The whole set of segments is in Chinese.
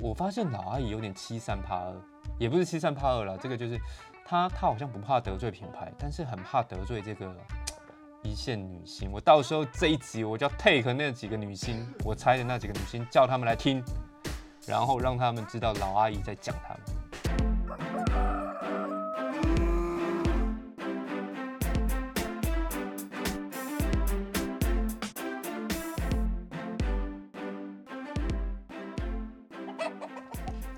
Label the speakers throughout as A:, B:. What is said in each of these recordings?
A: 我发现老阿姨有点欺善怕恶，也不是欺善怕恶啦，这个就是她她好像不怕得罪品牌，但是很怕得罪这个一线女星。我到时候这一集我就要 take 那几个女星，我猜的那几个女星，叫她们来听，然后让她们知道老阿姨在讲她们。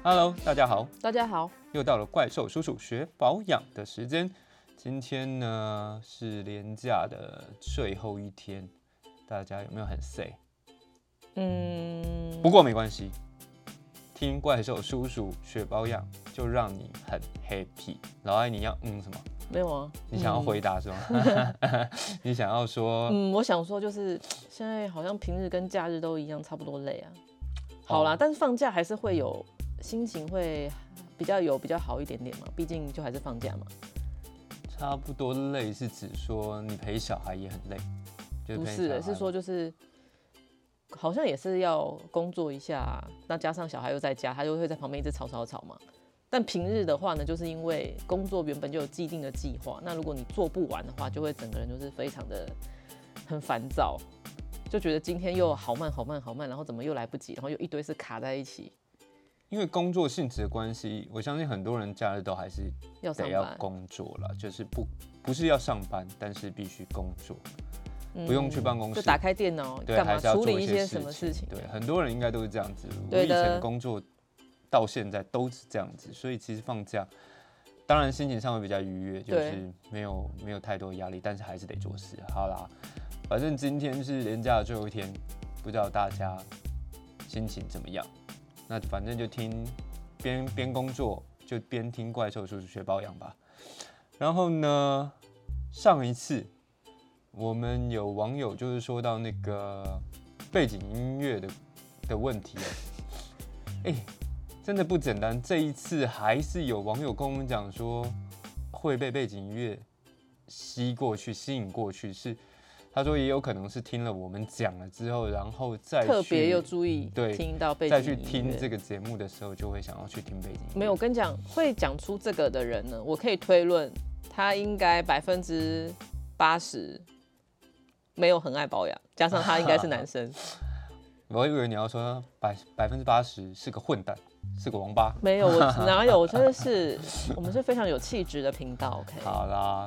A: Hello，大家好，
B: 大家好，
A: 又到了怪兽叔叔学保养的时间。今天呢是连假的最后一天，大家有没有很 say？
B: 嗯，
A: 不过没关系，听怪兽叔叔学保养就让你很 happy。老艾，你要嗯什么？
B: 没有啊，
A: 你想要回答是吗？ 你想要说
B: 嗯，我想说就是现在好像平日跟假日都一样，差不多累啊。好啦，但是放假还是会有心情会比较有比较好一点点嘛，毕竟就还是放假嘛。
A: 差不多累是指说你陪小孩也很累，就
B: 不
A: 陪
B: 是
A: 小
B: 欸，
A: 孩
B: 是说就是好像也是要工作一下啊，那加上小孩又在家，他就会在旁边一直吵吵吵嘛。但平日的话呢，就是因为工作原本就有既定的计划，那如果你做不完的话，就会整个人就是非常的很烦躁，就觉得今天又好慢好慢好慢，然后怎么又来不及，然后又一堆事卡在一起，
A: 因为工作性质的关系，我相信很多人假日都还是
B: 要上
A: 得要
B: 班，
A: 工作了，就是不不是要上班，但是必须工作，不用去办公室
B: 嗯就，打开电脑
A: 对，
B: 干
A: 还
B: 嘛
A: 是要
B: 处
A: 做
B: 理一
A: 一
B: 些
A: 事
B: 什么事情？
A: 对，很多人应该都是这样子。我
B: 对
A: 以
B: 的
A: 前工作到现在都是这样子，所以其实放假，当然心情上会比较愉悦，就
B: 对
A: 是没有没有太多压力，但是还是得做事。好啦，反正今天是连假的最后一天，不知道大家心情怎么样？那反正就听边边工作就边听怪兽叔叔学保养吧。然后呢，上一次我们有网友就是说到那个背景音乐的的问题 哦，哎、真的不简单。这一次还是有网友跟我们讲说会被背景音乐吸过去、吸引过去，是他说也有可能是听了我们讲了之后，然后再
B: 特别
A: 去
B: 又注意
A: 对
B: 听到背景
A: 再去
B: 音
A: 听
B: 乐
A: 这个节目的时候，就会想要去听背景音乐。
B: 没有，我跟你讲，会讲出这个的人呢，我可以推论，他应该百分之八十没有很爱保养，加上他应该是男生，
A: 我以为你要说百百分之八十是个混蛋，是个王八。
B: 没有，我 哪有？我真的是，我们是非常有气质的频道，OK？
A: 好啦，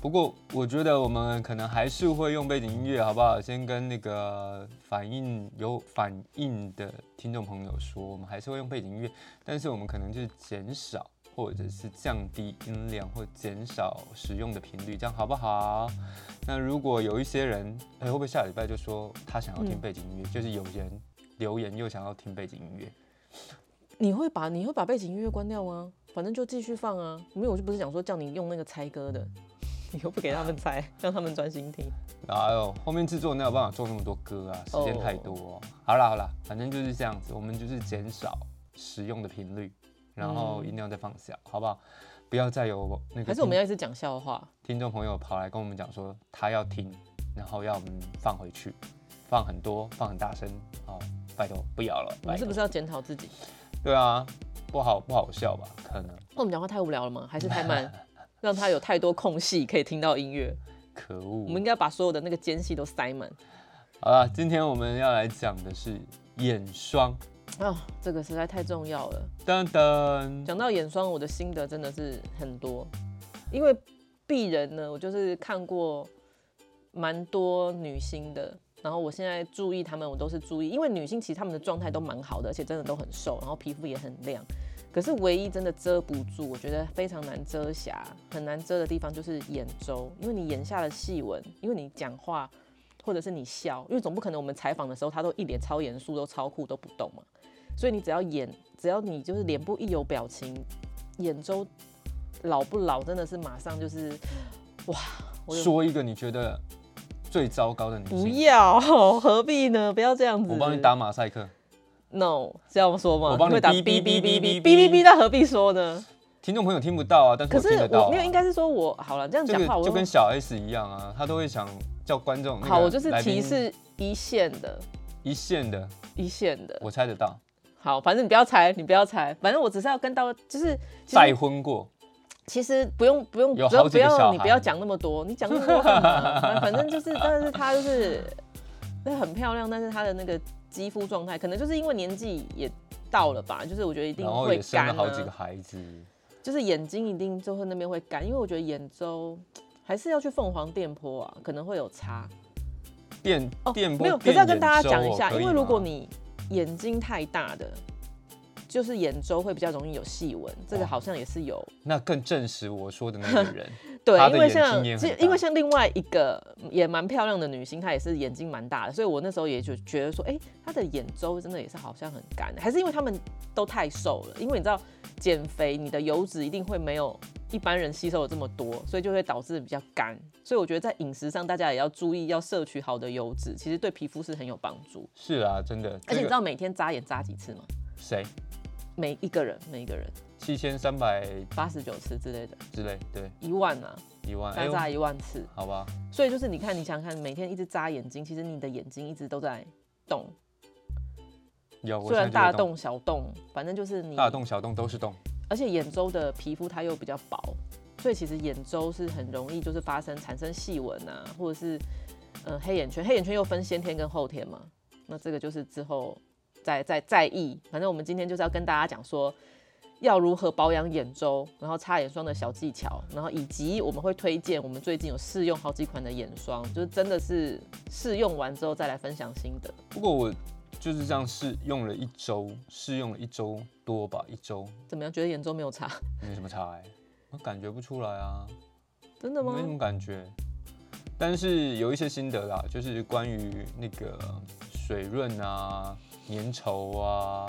A: 不过我觉得我们可能还是会用背景音乐，好不好？先跟那个反应有反应的听众朋友说，我们还是会用背景音乐，但是我们可能就是减少。或者是降低音量，或减少使用的频率，这样好不好？那如果有一些人，哎、会不会下礼拜就说他想要听
B: 嗯
A: 背景音乐？就是有人留言又想要听背景音乐，
B: 你会把你会把背景音乐关掉吗？反正就继续放啊，没有，我就不是讲说叫你用那个猜歌的， 你又不给他们猜，让他们专心听。
A: 哎呦，后面制作哪有办法做那么多歌啊？
B: 哦
A: 时间太多、好啦好啦，反正就是这样子，我们就是减少使用的频率，然后
B: 嗯
A: 音量再放小，好不好？不要再有那个
B: 还是我们
A: 听
B: 要一直讲笑话？
A: 听众朋友跑来跟我们讲说他要听，然后要我们放回去，放很多，放很大声，哦，拜托不要了，
B: 我们是不
A: 是？
B: 是要检讨自己？
A: 对啊，不好不好笑吧？可能
B: 那我们讲话太无聊了吗？还是太 慢，让他有太多空隙可以听到音乐？
A: 可
B: 我们
A: 恶
B: 应。该把所有的那个间隙都塞满
A: 好啦，今天我们要来讲的是眼霜，
B: 啊！这个实在太重要了。
A: 噔噔。
B: 讲到眼霜，我的心得真的是很多，因为鄙人呢，我就是看过蛮多女星的，然后我现在注意她们，我都是注意，因为女性其实她们的状态都蛮好的，而且真的都很瘦，然后皮肤也很亮。可是唯一真的遮不住，我觉得非常难遮瑕，很难遮的地方就是眼周，因为你眼下的细纹，因为你讲话或者是你笑，因为总不可能我们采访的时候她都一脸超严肃、都超酷都不动嘛。所以你只要眼，只要你就是脸部一有表情，眼周老不老真的是马上就是哇，我有
A: 说一个你觉得最糟糕的女
B: 不
A: 性，
B: 要， 何必呢？不要这样子。
A: 我帮你打马赛克。
B: no，这样说吗？
A: 我帮你
B: 会打
A: 哔
B: 哔
A: 哔
B: 哔
A: 哔哔哔
B: 哔哔哔哔哔，那何必说呢？
A: 听众朋友听不到啊，但是
B: 可
A: 我
B: 是
A: 听得到、
B: 我
A: 啊
B: 没。有，应该是说我好了，这样
A: 这
B: 讲
A: 个
B: 话我
A: 就
B: 会
A: 跟小 S 一样啊，她都会想叫观众、那个
B: 好，我就是
A: 来宾
B: 提示一线的，
A: 一线的，
B: 一线的。
A: 我猜得到。
B: 好，反正你不要猜，你不要猜，反正我只是要跟到，就是其
A: 再
B: 实
A: 婚过，
B: 其实不用不用不
A: 有
B: 要
A: 好
B: 不
A: 几个小
B: 要
A: 孩
B: 你不要讲那么多，你讲那么多干嘛？反反正就是，但是她就是那很漂亮，但是她的那个肌肤状态，可能就是因为年纪也到了吧，就是我觉得一定
A: 然后
B: 会
A: 也生
B: 干、啊
A: 了，好几个孩子，
B: 就是眼睛一定就会那边会干，因为我觉得眼周还是要去凤凰电波啊，可能会有差。
A: 电电波
B: 哦没有，可
A: 电
B: 是要跟
A: 眼
B: 大家
A: 周
B: 讲
A: 哦
B: 一下，
A: 可
B: 因
A: 以
B: 为如果
A: 吗
B: 你眼睛太大的，就是眼周会比较容易有细纹，这个
A: 哦
B: 好像也是有。
A: 那更证实我说的那个人
B: 对
A: 她，的
B: 因为
A: 眼
B: 像
A: 睛也很
B: 其实
A: 大
B: 因为像另外一个也蛮漂亮的女星，她也是眼睛蛮大的，所以我那时候也就觉得说，哎、她的眼周真的也是好像很干，还是因为她们都太瘦了，因为你知道减肥，你的油脂一定会没有一般人吸收的这么多，所以就会导致比较干。所以我觉得在饮食上大家也要注意，要摄取好的油脂，其实对皮肤是很有帮助。
A: 是啊，真的，
B: 而且你
A: 这
B: 知
A: 个
B: 道每天眨眼眨几次吗？
A: 谁
B: 每一个人，每一个人
A: 七千三百
B: 八十九次之类的，
A: 之类，对，
B: 一万啊，
A: 一万，哎
B: 要
A: 呦，
B: 眨一万次。
A: 好吧，
B: 所以就是你看，你想想看，每天一直眨眼睛，其实你的眼睛一直都在动，
A: 有，我
B: 虽然
A: 现在啊就会
B: 大洞小洞，反正就是你，
A: 大洞小洞都是洞，
B: 而且眼周的皮肤它又比较薄，所以其实眼周是很容易就是发生产生细纹啊，或者是呃黑眼圈，黑眼圈又分先天跟后天嘛，那这个就是之后再再再议，反正我们今天就是要跟大家讲说。要如何保养眼周，然后擦眼霜的小技巧，然后以及我们会推荐我们最近有试用好几款的眼霜，就是真的是试用完之后再来分享心得。
A: 不过我就是这样试用了一周，试用了一周多吧，一周
B: 怎么样？觉得眼周没有差？
A: 没什么差哎、我感觉不出来啊，
B: 真的吗
A: 没？什么感觉。但是有一些心得啦，就是关于那个水润啊、粘稠啊，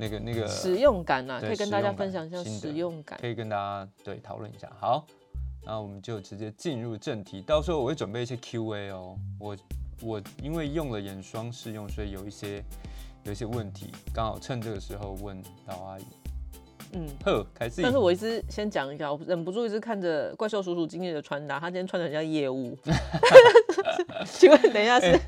A: 那个那个
B: 使用感啊，
A: 呃对
B: 可以跟大
A: 使
B: 家
A: 用感
B: 分享一下
A: 心得
B: 使用感
A: 可。以跟大家对讨论一下。好，那我们就直接进入正题。到时候我会准备一些 Q&A 哦。我我因为用了眼霜试用，所以有一些有一些问题，刚好趁这个时候问老阿姨。
B: 嗯，
A: 呵，凯西
B: 但，是我一直先讲一下，我忍不住一直看着怪兽叔叔今天的穿搭，他今天穿的很像业务。 请问等一下是、
A: 哎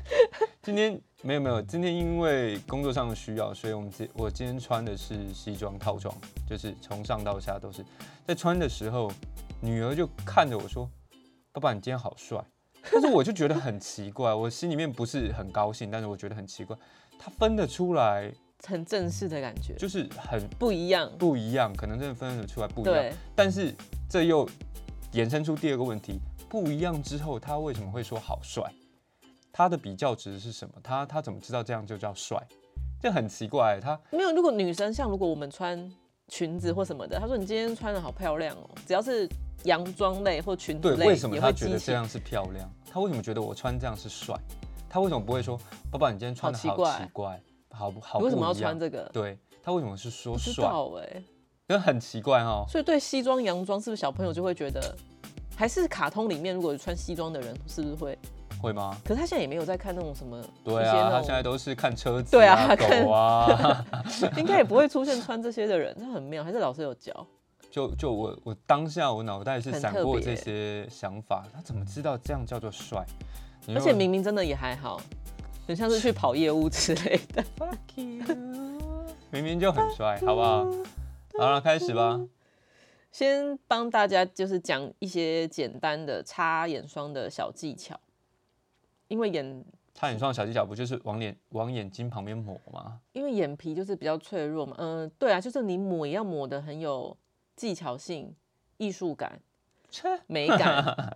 A: 今天没有没有，今天因为工作上的需要，所以我们今我今天穿的是西装套装，就是从上到下都是。在穿的时候，女儿就看着我说：“爸爸，你今天好帅。”但是我就觉得很奇怪，我心里面不是很高兴，但是我觉得很奇怪，他分得出来，
B: 很正式的感觉，
A: 就是很
B: 不一样。
A: 不一样，可能真的分得出来不一样
B: 对。，
A: 但是这又衍生出第二个问题：不一样之后，他为什么会说好帅？他的比较值是什么？他他怎么知道这样就叫帅？这很奇怪、他
B: 没有。如果女生像如果我们穿裙子或什么的，她说你今天穿的好漂亮哦，只要是洋装类或裙子
A: 对
B: 类，
A: 为什么
B: 也
A: 他
B: 会
A: 觉
B: 激
A: 得这
B: 起
A: 样是漂亮？他为什么觉得我穿这样是帅？他为什么不会说爸爸你今天穿的
B: 好奇
A: 好
B: 怪
A: 奇怪，好不好
B: 你
A: 不
B: 为什么要
A: 一
B: 穿
A: 样
B: 这个？
A: 对他为什么是说
B: 不知
A: 帅？
B: 道哎、
A: 那很奇怪哦。
B: 所以对西装、洋装，是不是小朋友就会觉得，还是卡通里面如果有穿西装的人，是不是会？
A: 会吗？
B: 可是他现在也没有在看那种什么，
A: 对
B: 一些那
A: 啊，
B: 种
A: 他现在都是看车子、
B: 哦对啊看
A: 狗啊。
B: 应该也不会出现穿这些的人，那很妙，还是老师有教？
A: 就就我我当下我脑袋是
B: 很
A: 闪
B: 特
A: 过
B: 别
A: 这些想法，他怎么知道这样叫做帅？你
B: 而
A: 如
B: 且
A: 果
B: 明明真的也还好，很像是去跑业务之类 的。
A: 明明就很帅，好不好？好了，开始吧。
B: 先帮大家就是讲一些简单的擦眼霜的小技巧，因为眼
A: 擦眼霜小技巧不就是往脸往眼睛旁边抹吗？
B: 因为眼皮就是比较脆弱嘛，嗯、对啊，就是你抹也要抹的很有技巧性、艺术感。美感、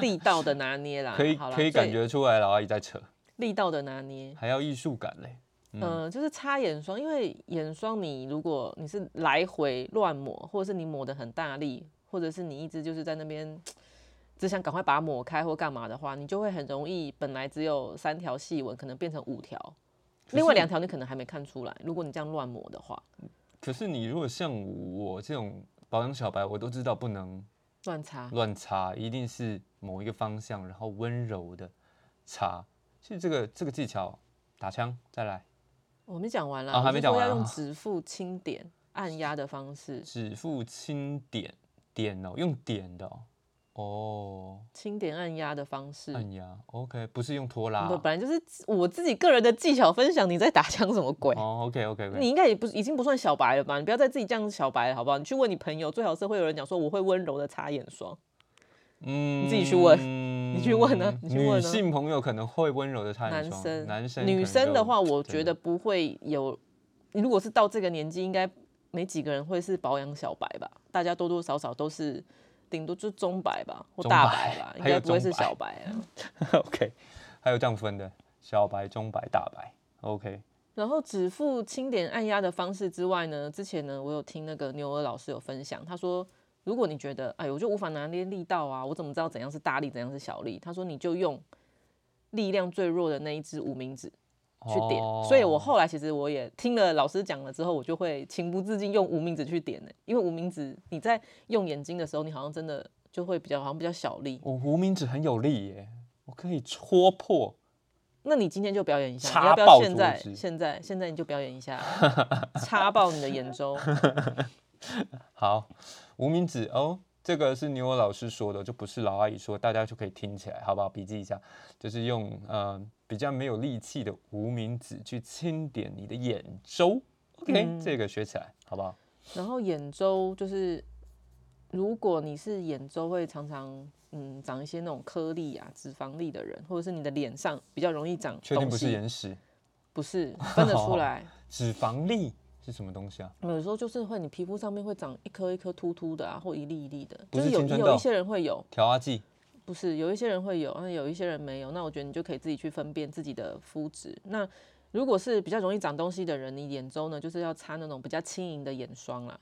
B: 力道的拿捏啦，
A: 可以
B: 好啦
A: 可以
B: 最
A: 感觉出来老阿姨在扯，
B: 力道的拿捏。
A: 还要艺术感嘞。嗯
B: 嗯、就是擦眼霜，因为眼霜你如果你是来回乱抹，或者是你抹的很大力，或者是你一直就是在那边只想赶快把它抹开或干嘛的话，你就会很容易本来只有三条细纹，可能变成五条，
A: 可
B: 另外
A: 是
B: 两条你可能还没看出来。如果你这样乱抹的话，
A: 可是你如果像我这种保养小白，我都知道不能
B: 乱擦，
A: 乱擦，一定是某一个方向，然后温柔的擦。其实这个这个技巧，打枪再来。
B: 我没讲完啦，
A: 啊
B: 我
A: 还
B: 是
A: 没讲
B: 说
A: 完
B: 要用
A: 啊
B: 指腹轻点、按压的方式，
A: 指腹轻点点哦，用点的哦，哦，
B: 轻点按压的方式。
A: 按压，OK，不是用拖拉
B: 对，。本来就是我自己个人的技巧分享，你在打枪什么鬼？
A: 哦，OK OK OK，
B: 你应该也不已经不算小白了吧？你不要再自己这样小白了，好不好？你去问你朋友，最好是会有人讲说我会温柔的擦眼霜。
A: 嗯，
B: 自己去问
A: 你
B: 你去问啊你去问啊
A: 女性朋友可能会温柔的擦眼
B: 男
A: 霜
B: 生，
A: 男生可
B: 女
A: 能
B: 生的
A: 就
B: 话，我觉
A: 真
B: 得
A: 的
B: 不会有。你如果是到这个年纪，应该没几个人会是保养小白吧？大家多多少少都是，顶多就中白吧或
A: 中
B: 大
A: 白
B: 白吧，应
A: 还有
B: 该不会
A: 中
B: 是
A: 白
B: 小白啊。
A: OK，还有这样分的，小白、中白、大白，OK，
B: 然后指腹轻点按压的方式之外呢，之前呢，我有听那个牛儿老师有分享，他说，如果你觉得，哎，我就无法拿捏力道啊，我怎么知道怎样是大力，怎样是小力？他说，你就用力量最弱的那一只无名指去点。
A: 哦
B: 所以我后来其实我也听了老师讲了之后，我就会情不自禁用无名指去点呢、欸因为无名指你在用眼睛的时候，你好像真的就会比较好像比较小力。
A: 我无名指很有力耶，我可以戳破。
B: 那你今天就表演一下，
A: 插
B: 你要不
A: 爆
B: 要现
A: 桌
B: 在
A: 子
B: 现在现在你就表演一下，插爆你的眼周。
A: 好，无名指哦，这个是牛尔老师说的，就不是老阿姨说，大家就可以听起来，好不好？笔记一下，就是用呃比较没有力气的无名指去轻点你的眼周。OK，、这
B: 嗯
A: 个学起来好不好？
B: 然后眼周就是，如果你是眼周会常常嗯长一些那种颗粒啊、脂肪粒的人，或者是你的脸上比较容易长
A: 确定
B: 东
A: 不是
B: 西，
A: 眼屎，
B: 不是分 得出来。
A: 脂肪粒是什么东西啊？
B: 有时候就是会，你皮肤上面会长一颗一颗突突的啊，或一粒一粒的，
A: 不
B: 就是是有
A: 青春
B: 有
A: 痘
B: 一些人会有，
A: 调压剂。
B: 不是有一些人会有，那有一些人没有。那我觉得你就可以自己去分辨自己的肤质。那如果是比较容易长东西的人，你眼周呢就是要擦那种比较轻盈的眼霜啦，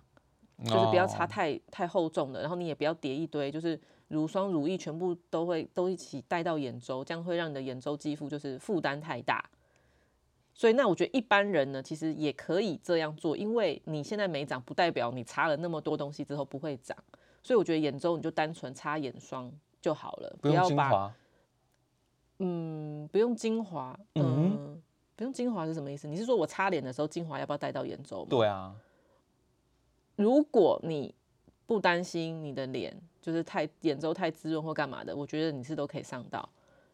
B: 就是不要擦
A: 哦
B: 太太厚重的，然后你也不要叠一堆，就是乳霜、乳液全部都会都一起带到眼周，这样会让你的眼周肌肤就是负担太大。所以那我觉得一般人呢，其实也可以这样做，因为你现在没长，不代表你擦了那么多东西之后不会长。所以我觉得眼周你就单纯擦眼霜就好了，
A: 不
B: 不
A: 用
B: 要
A: 精
B: 把
A: 华。
B: 嗯不用精华，
A: 嗯
B: 嗯。不用精华是什么意思？你是说我擦脸的时候精华要不要带到眼周吗？
A: 对啊，
B: 如果你不担心你的脸就是太眼周太滋润或干嘛的，我觉得你是都可以上到。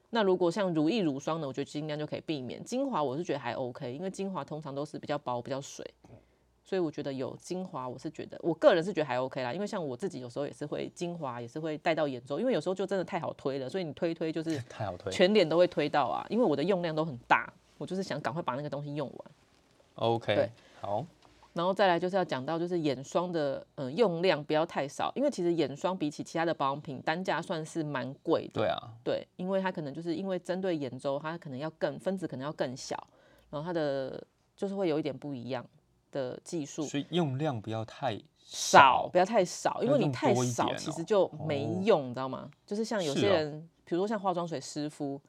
B: 那如果像乳液、乳霜呢，我觉得尽量就可以避免。精华我是觉得还 OK，因为精华通常都是比较薄、比较水，所以我觉得有精华，我是觉得我个人是觉得还 OK 啦。因为像我自己有时候也是会精华，也是会带到眼周，因为有时候就真的太好推了，所以你推一推就是
A: 太好推。
B: 全脸都会推到啊。因为我的用量都很大，我就是想赶快把那个东西用完。
A: OK，
B: 对
A: 好，
B: 然后再来就是要讲到就是眼霜的嗯、呃用量不要太少，因为其实眼霜比起其他的保养品单价算是蛮贵的，
A: 对啊，
B: 对，因为它可能就是因为针对眼周，它可能要更分子可能要更小，然后它的就是会有一点不一样的技术，
A: 所以用量不要太
B: 嗯少，不要太少，因
A: 要
B: 为你
A: 用
B: 太
A: 多一
B: 少
A: 点
B: 其
A: 哦
B: 实就没
A: 哦
B: 用，你知道吗？就是像有
A: 是
B: 些
A: 哦
B: 人，比如说像化妆水湿敷，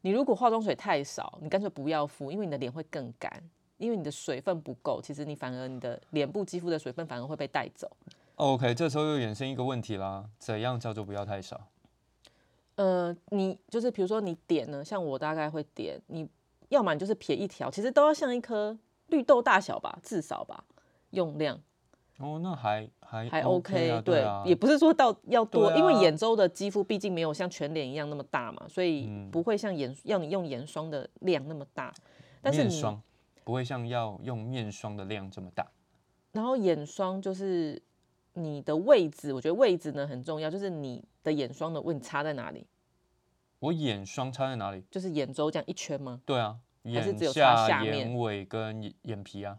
B: 你如果化妆水太少，你干脆不要敷，因为你的脸会更干，因为你的水分不够，其实你反而你的脸部肌肤的水分反而会被带走。
A: OK，这时候又衍生一个问题啦，怎样叫做不要太少？
B: 呃，你就是比如说你点呢，像我大概会点，你要么你就是撇一条，其实都要像一颗绿豆大小吧，至少吧，用量。
A: 哦，那还还
B: 还
A: OK 啊，
B: 对，
A: 啊，
B: 也不是说到要多，
A: 对
B: 因为
A: 啊
B: 眼周的肌肤毕竟没有像全脸一样那么大嘛，所以
A: 嗯
B: 不会像眼、要你用眼霜的量那么大。但是
A: 面
B: 你，
A: 霜不会像要用面霜的量这么大。
B: 然后眼霜就是你的位置，我觉得位置呢很重要，就是你的眼霜的位置插在哪里，
A: 我眼霜擦在哪里？
B: 就是眼周这样一圈吗？
A: 对啊，
B: 还是
A: 眼
B: 只有
A: 下
B: 擦、下面
A: 眼尾跟眼眼皮啊。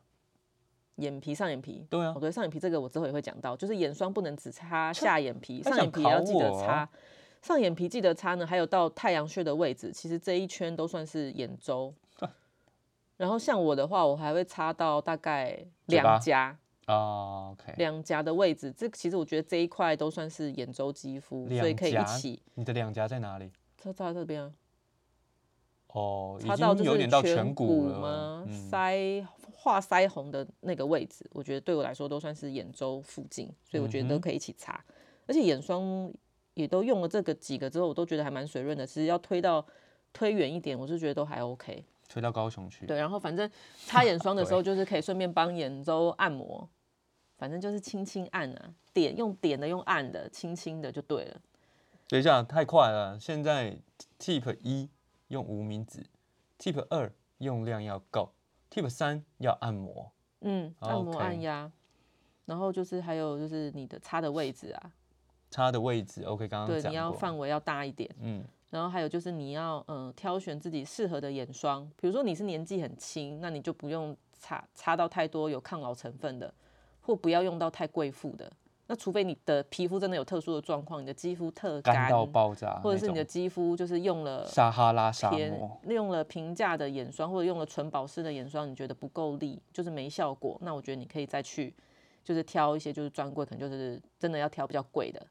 B: 眼皮、上眼皮。
A: 对啊
B: 哦，，对，上眼皮这个我之后也会讲到，就是眼霜不能只擦下眼皮，
A: 他
B: 上
A: 想
B: 眼皮也要
A: 考
B: 记得
A: 我啊
B: 擦。上眼皮记得擦呢，还有到太阳穴的位置，其实这一圈都算是眼周。然后像我的话，我还会擦到大概
A: 嘴巴
B: 两颊，
A: 啊，OK，
B: 两颊的位置，这其实我觉得这一块都算是眼周肌肤，所以
A: 两
B: 可以一
A: 颊
B: 起
A: 你的两颊在哪里？
B: 擦擦这边啊，
A: 哦，已
B: 擦到
A: 经有
B: 就是
A: 点到
B: 颧
A: 骨了
B: 吗？
A: 嗯，
B: 腮画腮红的那个位置，我觉得对我来说都算是眼周附近，所以我觉得
A: 嗯
B: 都
A: 哼
B: 可以一起擦。而且眼霜也都用了这个几个之后，我都觉得还蛮水润的。其实要推到推远一点，我是觉得都还 OK。
A: 吹到高雄去。
B: 对，然后反正擦眼霜的 时候，就是可以顺便帮眼周按摩，反正就是轻轻按啊，点用点的，用按的，轻轻的就对了。
A: 等一下，太快了！现在 Tip 一用无名指，Tip 二用量要够，Tip 三要按摩。
B: 嗯，按摩
A: OK
B: 按压，然后就是还有就是你的擦的位置啊，
A: 插的位置，OK，刚刚
B: 对，
A: 讲
B: 你要
A: 过
B: 范围要大一点，
A: 嗯
B: 然后还有就是你要嗯、呃挑选自己适合的眼霜，比如说你是年纪很轻，那你就不用擦擦到太多有抗老成分的，或不要用到太贵妇的。那除非你的皮肤真的有特殊的状况，你的肌肤特
A: 干
B: 干，
A: 到爆炸，
B: 或者是你的肌肤就是用了
A: 撒哈拉沙
B: 偏
A: 漠，
B: 用了平价的眼霜或者用了纯保湿的眼霜，你觉得不够力，就是没效果，那我觉得你可以再去就是挑一些就是专柜，可能就是真的要挑比较贵的。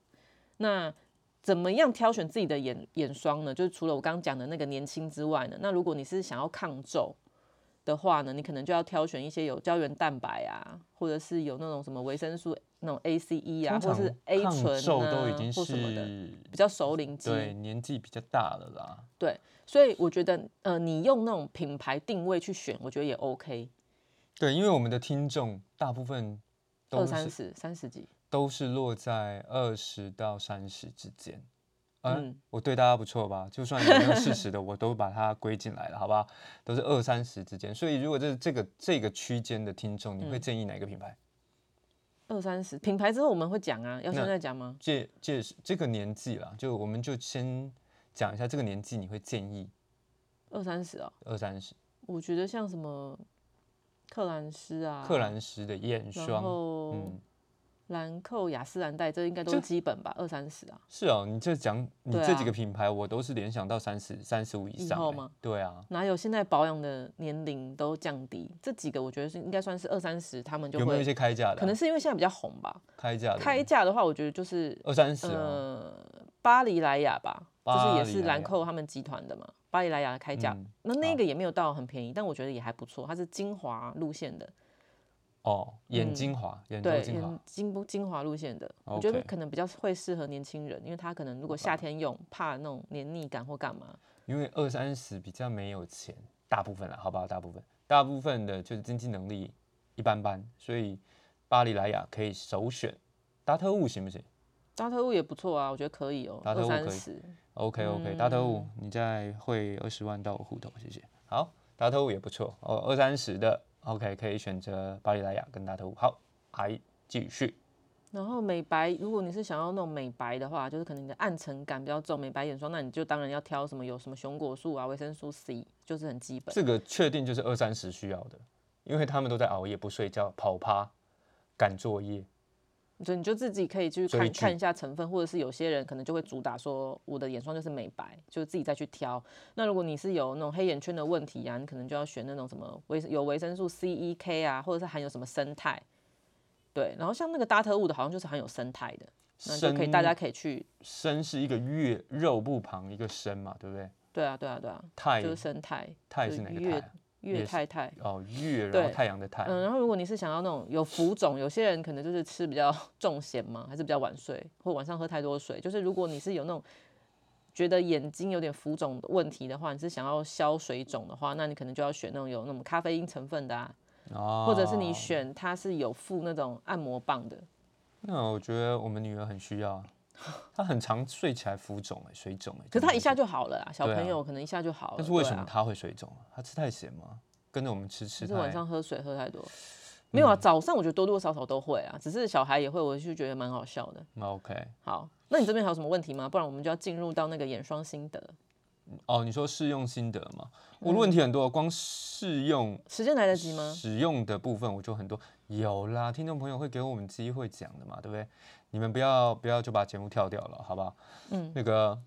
B: 那怎么样挑选自己的眼眼霜呢？就是除了我刚刚讲的那个年轻之外呢，那如果你是想要抗皱的话呢，你可能就要挑选一些有胶原蛋白啊，或者是有那种什么维生素那种 A C E 啊，
A: 通
B: 或是
A: 常
B: A
A: 抗
B: 醇
A: 皱
B: 啊，
A: 都已经
B: 或什么的，
A: 是
B: 比较熟龄肌。
A: 对年纪比较大了啦。
B: 所以我觉得，呃，你用那种品牌定位去选，我觉得也 OK。
A: 对，因为我们的听众大部分
B: 二
A: 都
B: 三
A: 是
B: 十、三十几，
A: 都是落在二十到三十之间。嗯、
B: 嗯
A: 我对大家不错吧？就算有没有事实的，我都把它归进来了，好不好？都是二三十之间，所以如果这这个这个区间的听众，你会
B: 嗯
A: 建议哪个品牌？
B: 二三十品牌之后我们会讲啊，要现
A: 那
B: 在讲吗？
A: 这这是这个年纪啦，就我们就先讲一下这个年纪，你会建议
B: 二三十哦，
A: 二三十
B: 我觉得像什么克兰斯啊，
A: 克兰诗的眼
B: 然
A: 霜，
B: 后
A: 嗯，
B: 兰蔻、雅诗兰黛，这应该都
A: 这
B: 是基本吧？二三十啊，
A: 是哦，你这讲你
B: 对
A: 这几
B: 啊
A: 个品牌，我都是联想到三十三十五以
B: 以
A: 上、
B: 后
A: 欸
B: 吗，
A: 对啊，
B: 哪有现在保养的年龄都降低？这几个我觉得是应该算是二三十，他们就
A: 有没有一
B: 会
A: 些啊开价的啊、
B: 可能是因为现在比较红吧。
A: 开价的
B: 开价的话，我觉得就是
A: 二三十啊，
B: 呃，巴黎莱雅吧，就是
A: 巴
B: 也
A: 黎
B: 是
A: 莱
B: 兰
A: 雅
B: 蔻他们集团的嘛，巴黎莱雅的开价，
A: 嗯
B: 那
A: 好
B: 那个也没有到很便宜，但我觉得也还不错，它是精华路线的，
A: 哦，眼
B: 嗯
A: 精华，眼周
B: 对，
A: 精华
B: 嗯，精不精华路线的，我觉得
A: OK
B: 可能比较会适合年轻人，因为它可能如果夏天用，怕那种黏腻感或干嘛，
A: 因为二三十比较没有钱，大部分啦，好不好？大部分，大部分的就是经济能力一般般，所以巴黎莱雅可以首选，达特务行不行
B: 达特务也不错啊，我觉得可以哦，
A: 达特
B: 二
A: 务
B: 三
A: 可以
B: 十，
A: ？OK OK，达
B: 嗯
A: 特务，你再汇二十万到我户头，谢谢。好，达特务也不错哦，二三十的 OK 可以选择巴黎莱雅跟达特务。好，还继续
B: 然后美白，如果你是想要那种美白的话，就是可能你的暗沉感比较重，美白眼霜，那你就当然要挑什么有什么熊果素啊、维生素 C，就是很基本。
A: 这个确定就是二三十需要的，因为他们都在熬夜、不睡觉、跑趴、赶作业。
B: 所以你就自己可以去
A: 追
B: 看
A: 剧
B: 看一下成分，或者是有些人可能就会主打说我的眼霜就是美白，就自己再去挑。那如果你是有那种黑眼圈的问题啊，你可能就要选那种什么维有维生素 C、E、K 啊，或者是含有什么生态。对，然后像那个达特物的，好像就是含有生态的，那就可以大家可以去。
A: 生是一个月肉部旁一个生嘛，对不对？
B: 对啊，对啊，对啊，
A: 太
B: 就是生态
A: 太
B: 就是
A: 是哪个太
B: 月
A: 啊？
B: 月
A: 也是
B: 太太。
A: 哦，月，然后
B: 对
A: 太阳的太。
B: 嗯，然后如果你是想要那种有浮肿，有些人可能就是吃比较 重咸嘛，还是比较晚睡，或晚上喝太多水。就是如果你是有那种觉得眼睛有点浮肿的问题的话，你是想要消水肿的话，那你可能就要选那种有那种咖啡因成分的啊，
A: 哦，
B: 或者是你。选它是有附那种按摩棒的。
A: 那我觉得我们女儿很需要啊，她很常睡起来浮肿哎，水肿哎。
B: 可是
A: 真
B: 它
A: 的
B: 一下就好了啦，小
A: 对啊
B: 朋友可能一下就好了。
A: 但是为
B: 对
A: 什
B: 啊
A: 么她会水肿啊？她吃太咸吗？跟着我们吃吃
B: 就是
A: 太。嗯
B: 晚上喝水喝太多。没有啊，早上我觉得多多少少都会啊，只是小孩也会，我就觉得蛮好笑的。
A: 嗯 OK。
B: 好，那你这边还有什么问题吗？不然我们就要进入到那个眼霜心得。
A: 哦，你说试用心得嘛？我的问题很多，光试用
B: 时间来得及嗯吗？
A: 使用的部分我就很多有啦，听众朋友会给我们机会讲的嘛，对不对？你们不要不要就把节目跳掉了，好不好？
B: 嗯，
A: 那个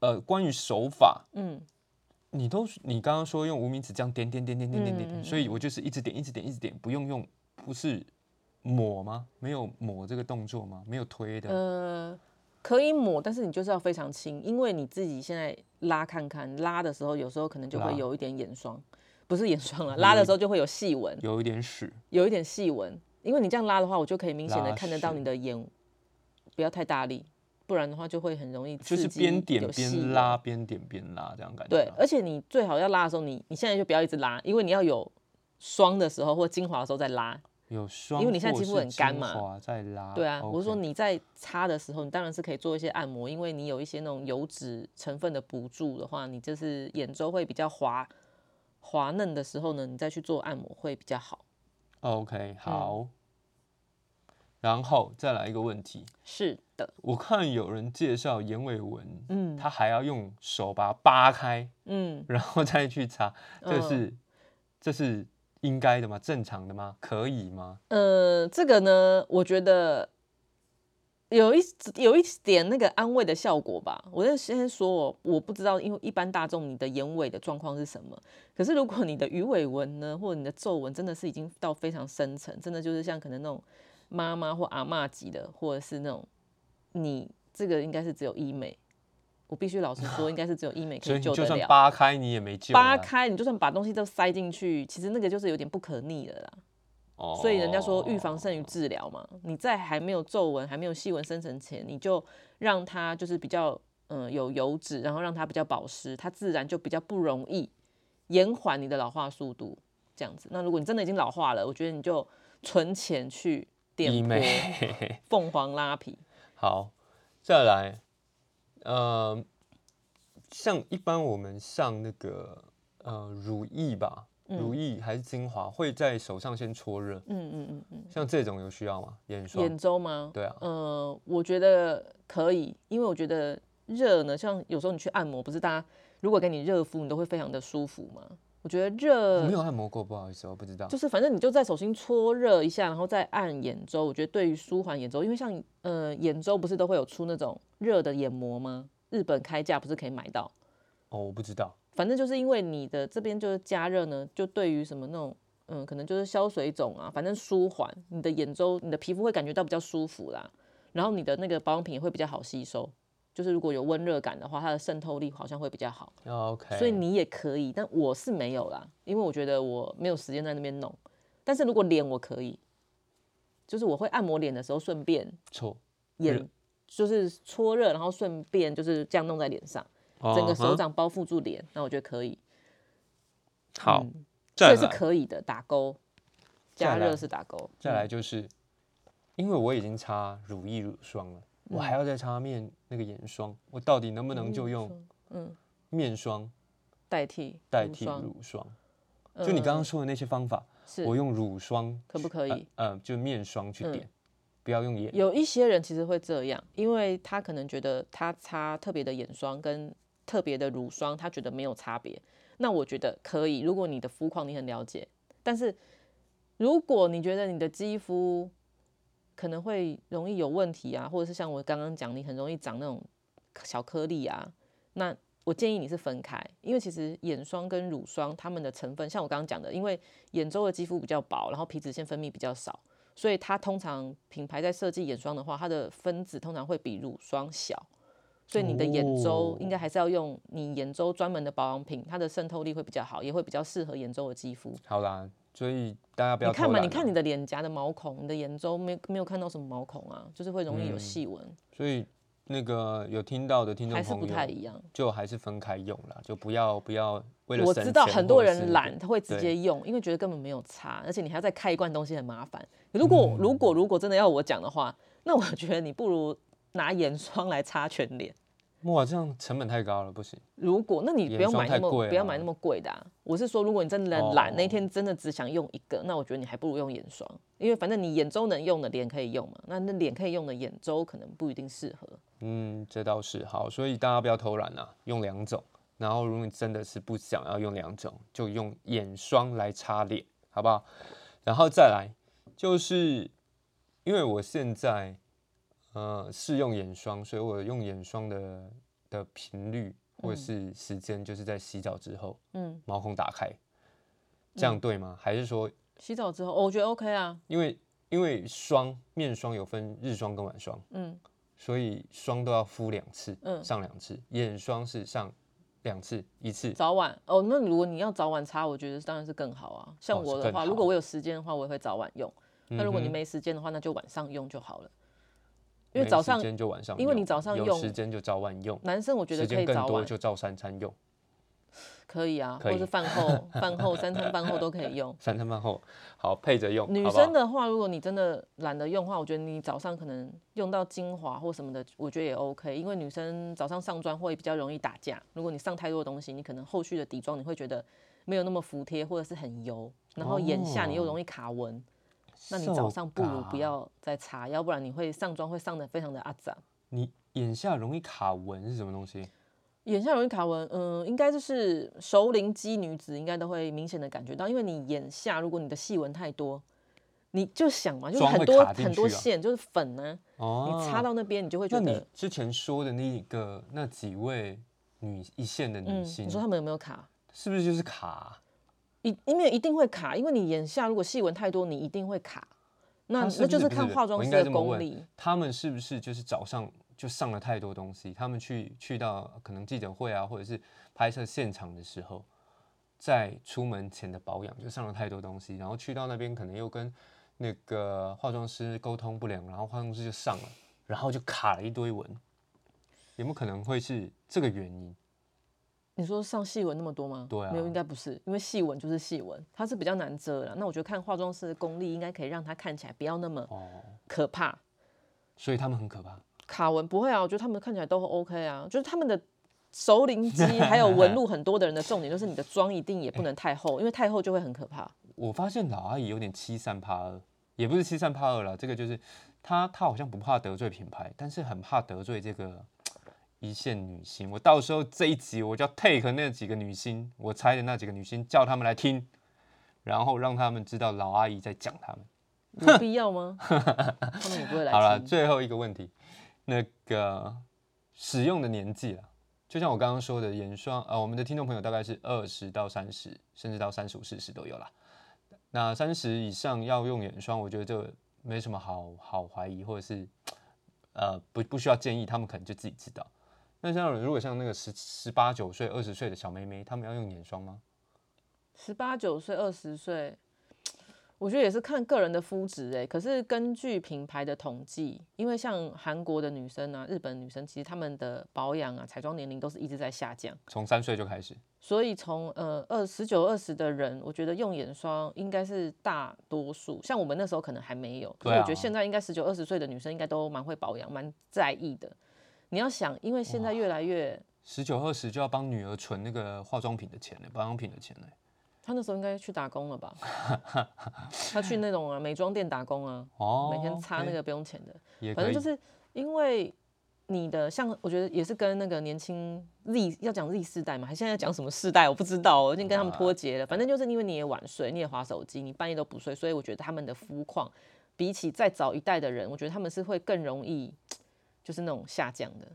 A: 呃，关于手法，
B: 嗯，
A: 你都你刚刚说用无名指这样点点点点点点点，
B: 嗯嗯嗯
A: 所以我就是一直点一直点一直点，不用用不是抹吗？没有抹这个动作吗？没有推的，
B: 呃，可以抹，但是你就是要非常轻，因为你自己现在拉看看，拉的时候有时候可能就
A: 拉
B: 会有一点眼霜，不是眼霜 了，拉的时候就会有细纹，
A: 有一点屎，
B: 有一点细纹，因为你这样拉的话，我就可以明显的
A: 拉
B: 看得到
A: 屎
B: 你的眼，不要太大力，不然的话就会很容易
A: 就
B: 刺
A: 是
B: 激
A: 边点
B: 有细
A: 边
B: 纹
A: 拉，边点边拉这样感觉
B: 对
A: 啊。，
B: 而且你最好要拉的时候，你你现在就不要一直拉，因为你要有霜的时候或精华的时候再拉，
A: 有霜，
B: 呃因为你现在肌肤很干嘛，
A: 在拉。
B: 对啊，我是说
A: OK
B: 你在擦的时候，你当然是可以做一些按摩，因为你有一些那种油脂成分的补助的话，你就是眼周会比较滑滑嫩的时候呢，你再去做按摩会比较好。
A: 哦 OK 好。
B: 嗯
A: 然后再来一个问题，
B: 是的，
A: 我看有人介绍眼尾纹，
B: 嗯
A: 他还要用手把它扒开，
B: 嗯，
A: 然后再去擦，这
B: 嗯
A: 是、这是应该的吗？正常的吗？可以吗？
B: 呃，这个呢，我觉得有一有一点那个安慰的效果吧。我就先说我我不知道，因为一般大众你的眼尾的状况是什么。可是如果你的鱼尾纹呢，或者你的皱纹真的是已经到非常深层，真的就是像可能那种妈妈或阿嬷级的，或者是那种你这个应该是只有医美。我必须老实说，应该是只有医美可
A: 所以
B: 以
A: 你
B: 救
A: 就
B: 得
A: 算
B: 了。
A: 扒开你也没救了
B: 扒开，你就算把东西都塞进去，其实那个就是有点不可逆的啦。
A: 哦
B: 所以人家说预防胜于治疗嘛，你在还没有皱纹、还没有细纹生成前，你就让它就是比较嗯、呃有油脂，然后让它比较保湿，它自然就比较不容易延缓你的老化速度这样子。那如果你真的已经老化了，我觉得你就存钱去
A: 医
B: 电波
A: 美。
B: 凤凰拉皮，
A: 好，再来，呃，像一般我们上那个呃乳液吧，乳液还是精华，会在手上先搓热，
B: 嗯嗯嗯嗯，
A: 像这种有需要吗？眼霜？
B: 眼周吗？
A: 对啊，
B: 呃，我觉得可以，因为我觉得热呢，像有时候你去按摩，不是大家如果给你热敷，你都会非常的舒服吗？我觉得热
A: 我没有按摩过，不好意思，我不知道。
B: 呃就是反正你就在手心搓热一下，然后再按眼周。我觉得对于舒缓眼周，因为像呃眼周不是都会有出那种热的眼膜吗？日本开价不是可以买到？
A: 哦，我不知道。
B: 反正就是因为你的这边就是加热呢，就对于什么那种嗯，可能就是消水肿啊，反正舒缓你的眼周，你的皮肤会感觉到比较舒服啦。然后你的那个保养品也会比较好吸收，就是如果有温热感的话，它的渗透力好像会比较好。
A: 哦 OK，
B: 所以你也可以，但我是没有啦，因为我觉得我没有时间在那边弄。但是如果脸我可以，就是我会按摩脸的时候顺便
A: 错，热
B: 眼就是搓热，然后顺便就是这样弄在脸上，整个
A: 哦
B: 手
A: 哈
B: 掌包覆住脸，那我觉得可以，
A: 好，
B: 嗯所
A: 再
B: 以是
A: 来，
B: 可以的，打勾，加
A: 再来
B: 热是打勾，
A: 再来就是，因为我已经擦乳液、乳霜了，我
B: 嗯
A: 还要再擦面那个眼霜，我到底能不能就用
B: 嗯
A: 面霜
B: 代替
A: 代
B: 乳
A: 替
B: 霜嗯
A: 乳霜？就你刚刚说的那些方法，
B: 是
A: 我用乳霜
B: 可不可
A: 呃
B: 以？嗯
A: 呃，就面霜去点，不要用眼。
B: 有一些人其实会这样，因为他可能觉得他擦特别的眼霜跟特别的乳霜，他觉得没有差别。那我觉得可以，如果你的肤况你很了解，但是如果你觉得你的肌肤可能会容易有问题啊，或者是像我刚刚讲，你很容易长那种小颗粒啊，那我建议你是分开，因为其实眼霜跟乳霜它们的成分，像我刚刚讲的，因为眼周的肌肤比较薄，然后皮脂腺分泌比较少，所以它通常品牌在设计眼霜的话，它的分子通常会比乳霜小，所以你的眼周
A: 哦
B: 应该还是要用你眼周专门的保养品，它的渗透力会比较好，也会比较适合眼周的肌肤。
A: 好啦，所以大家不要
B: 你看嘛，
A: 偷懒
B: 你看
A: 了
B: 你的脸颊的毛孔，你的眼周没没有看到什么毛孔啊，就是会容
A: 嗯
B: 易有细纹，
A: 所以那个有听到的听众
B: 还是
A: 朋
B: 不太
A: 友，
B: 一样。
A: 就还是分开用啦，就不要不要为了
B: 我
A: 省
B: 知道
A: 钱
B: 很
A: 或
B: 多
A: 者是
B: 人懒，他会直
A: 对
B: 接用，因为觉得根本没有差，而且你还要再开一罐东西很麻烦。如果、
A: 嗯
B: 如果如果真的要我讲的话，那我觉得你不如拿眼霜来擦全脸。
A: 哇，这样成本太高了，不行。
B: 如果那你不
A: 眼
B: 要
A: 霜
B: 买那
A: 太
B: 么
A: 贵
B: 不要
A: 啊
B: 买那么贵的、啊，我是说，如果你真的懒，
A: 哦
B: 那天真的只想用一个，那我觉得你还不如用眼霜，因为反正你眼周能用的脸可以用嘛，那那脸可以用的眼周可能不一定适合。
A: 嗯，这倒是好，所以大家不要偷懒啊，用两种。然后，如果你真的是不想要用两种，就用眼霜来擦脸，好不好？然后再来，就是因为我现在呃试用眼霜，所以我用眼霜的的频率或者是时间，就是在洗澡之后，
B: 嗯，
A: 毛孔打开，这样对吗？还是说，
B: 洗澡之后，哦我觉得 OK 啊，
A: 因为因为霜面霜有分日霜跟晚霜，
B: 嗯，
A: 所以霜都要敷两次，
B: 嗯
A: 上两次，眼霜是上两次，一次，
B: 早晚哦，那如果你要早晚擦，我觉得当然是更好啊。像
A: 哦是
B: 我的
A: 更
B: 话，
A: 好嗯
B: 如果我有时间的话，我也会早晚用。那如果你没时间的话，那就晚上用就好了。因为
A: 没
B: 早
A: 时
B: 上
A: 间就晚上用，
B: 因为你早上
A: 有
B: 用
A: 时间就早晚用，
B: 男生我觉得
A: 时
B: 可
A: 间
B: 以
A: 更
B: 早
A: 多
B: 晚，
A: 就照三餐用，
B: 可以啊，
A: 可
B: 或
A: 以
B: 是饭后、饭后三餐饭后都可 以用。
A: 三餐饭后好配着用，
B: 女
A: 好不好
B: 生的话，如果你真的懒得用的话，我觉得你早上可能用到精华或什么的，我觉得也 OK。因为女生早上上妆会比较容易打架，如果你上太多的东西，你可能后续的底妆你会觉得没有那么服帖，或者是很油，然后眼
A: 哦
B: 下你又容易卡纹。那你早上不如不要再擦，要不然你会上妆会上的非常的阿杂。
A: 你眼下容易卡纹是什么东西？
B: 眼下容易卡纹，嗯，应该就是熟龄肌女子应该都会明显的感觉到，因为你眼下如果你的细纹太多，你就想嘛，就是
A: 妆
B: 很
A: 会
B: 多、
A: 卡进
B: 很多
A: 去啊
B: 线，就是粉呢、
A: 哦，
B: 你擦到那边，你就会觉
A: 那你
B: 得，
A: 之前说的那个那几位女一线的
B: 嗯
A: 女，星，
B: 你说她们有没有卡？
A: 是不是就是卡啊？
B: 一因为一定会卡，因为你眼下如果细纹太多，你一定会卡。那
A: 她是
B: 嗯那
A: 不
B: 就是是
A: 不
B: 看
A: 是
B: 化
A: 我
B: 妆
A: 应
B: 师
A: 该
B: 的
A: 这么
B: 功
A: 问
B: 力。
A: 他们是不是就是早上就上了太多东西？他们去去到可能记者会啊，或者是拍摄现场的时候，在出门前的保养就上了太多东西，然后去到那边可能又跟那个化妆师沟通不良，然后化妆师就上了，然后就卡了一堆纹，有没有可能会是这个原因？
B: 你说上细纹那么多吗？
A: 对啊
B: 没有，应该不是，因为细纹就是细纹，它是比较难遮的。那我觉得看化妆师的功力，应该可以让它看起来不要那么
A: 哦，
B: 可怕。
A: 所以他们很可怕。
B: 卡纹不会啊，我觉得他们看起来都 OK 啊，就是他们的熟龄 肌还有纹路很多的人的重点就是你的妆一定也不能太厚，因为太厚就会很可怕。
A: 我发现老阿姨有点欺善怕恶，也不是欺善怕恶了，这个就是她她好像不怕得罪品牌，但是很怕得罪这个一线女星。我到时候这一集我就要 take 那几个女星，我猜的那几个女星，叫她们来听，然后让她们知道老阿姨在讲她们。
B: 有必 要吗？他们也不会
A: 好
B: 来
A: 了，
B: 听。
A: 最后一个问题，那个使用的年纪了。就像我刚刚说的，眼霜呃，我们的听众朋友大概是二十到三十，甚至到三十五、四十都有啦。那三十以上要用眼霜，我觉得这没什么好好怀疑，或者是呃不不需要建议，他们可能就自己知道。那像如果像那个十十八九岁、二十岁的小妹妹，她们要用眼霜吗？
B: 十八九岁、二十岁，我觉得也是看个人的肤质哎。可是根据品牌的统计，因为像韩国的女生啊、日本女生，其实她们的保养啊、彩妆年龄都是一直在下降。
A: 从三岁就开始，
B: 所以从呃二十九二十的人，我觉得用眼霜应该是大多数。像我们那时候可能还没有，可
A: 对
B: 是
A: 啊
B: 我觉得现在应该十九二十岁的女生应该都蛮会保养，蛮在意的。你要想，因为现在越来越，
A: 十九二十就要帮女儿存那个化妆品的钱了，保养品的钱了。
B: 她那时候应该去打工 了吧？她去那种啊美妆店打工啊，
A: 哦，
B: 每天擦那
A: OK，
B: 个不用钱的。
A: 也
B: 反
A: 可
B: 正
A: 以
B: 就。是因为你的像，我觉得也是跟那个年轻 Z 要讲 Z 世代嘛，还现在讲什么世代我不知道哦，我已经跟他
A: 啊
B: 们脱节了。反正就是因为你也晚睡，你也划手机，你半夜都不睡，所以我觉得他们的肤况比起再早一代的人，我觉得他们是会更容易就是那种下降的，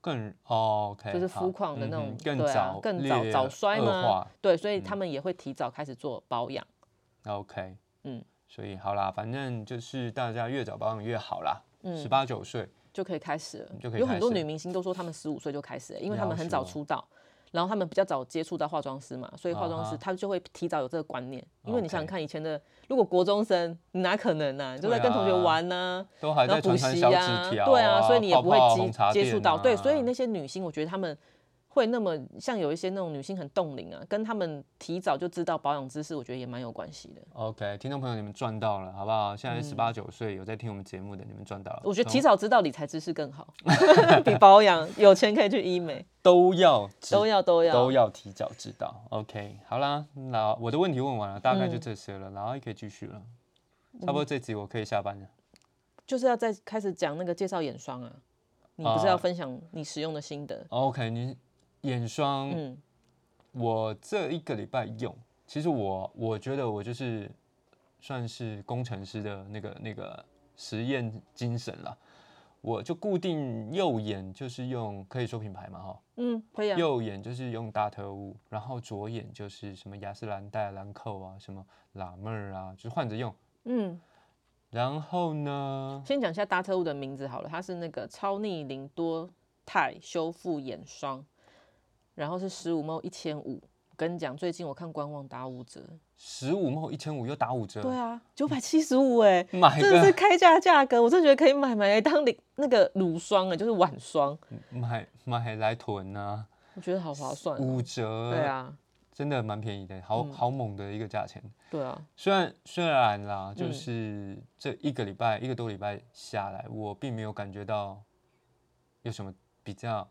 A: 更哦，OK，
B: 就是
A: 好
B: 肤况的那种、
A: 嗯哼更
B: 对啊
A: 早、，
B: 更早
A: 烈
B: 早衰
A: 恶
B: 嘛
A: 化，
B: 对，所以他们也会提早开始做保养。
A: ，OK，嗯
B: 嗯，
A: 所以好啦，反正就是大家越早保养越好啦，十
B: 嗯，
A: 八九岁
B: 就可以开始了。
A: 就可以
B: 有
A: 开
B: 很多
A: 始哦
B: 女明星都说她们十五岁就开始了，因为她
A: 要
B: 们很
A: 求
B: 早出道，然后她们比较早接触到化妆师嘛，所以化妆
A: 啊哈
B: 师她就会提早有这个观念。因为你想想
A: OK
B: 看，以前的如果国中生，你哪可能呢、你就
A: 对
B: 在跟同学
A: 啊
B: 玩呢、
A: 都还
B: 然
A: 在
B: 后补
A: 传传
B: 习
A: 小
B: 呀
A: 纸、条、
B: 对啊，所以你也
A: 泡
B: 不会
A: 泡红茶
B: 接接触
A: 店
B: 到，对，所以
A: 啊
B: 那些女星，我觉得她们会那么像有一些那种女性很冻龄啊，跟她们提早就知道保养知识，我觉得也蛮有关系的。
A: OK，听众朋友你们赚到了，好不好？现在十八九岁有在听我们节目的，你们赚到了，
B: 嗯我觉得
A: 从
B: 提早知道理财知识更好， 比保养有钱可以去 医美，
A: 都要知
B: 都要都要
A: 都要提早知道。OK，好啦，那我的问题问完了，大概
B: 嗯
A: 就这些了，然后也可以继续了。差不多这集我可以下班了。
B: 就是要再开始讲那个介绍眼霜啊，你不是
A: 啊
B: 要分享你使用的心得？
A: OK，你眼霜
B: 嗯，
A: 我这一个礼拜用，其实我我觉得我就是算是工程师的那个那个实验精神了，我就固定右眼就是用可以说品牌嘛哈，
B: 嗯，可以啊。
A: 右眼就是用大特务，然后左眼就是什么雅诗兰黛、兰蔻啊，什么拉妹儿啊，就是换着用。
B: 嗯，
A: 然后呢，
B: 先讲一下达特物的名字好了，它是那个超逆龄多肽修复眼霜，然后是十五 ml 一千五。跟你讲，最近我看官网打五折，
A: 十五毛一千五又打五折，
B: 对啊，九百七十五 哎，
A: 买
B: 真的是
A: 嗯个
B: 开价价格，我真的觉得可以哎买买来当零那个乳霜啊，就是晚霜，
A: 买买来囤啊。
B: 我觉得好划算、
A: 五呃折，
B: 对，啊，
A: 真的蛮便宜的，
B: 嗯
A: 好好猛的一个价钱。
B: 对啊，
A: 虽然虽然啦，就
B: 嗯
A: 是这一个礼拜、一个多礼拜下来，我并没有感觉到有什么比较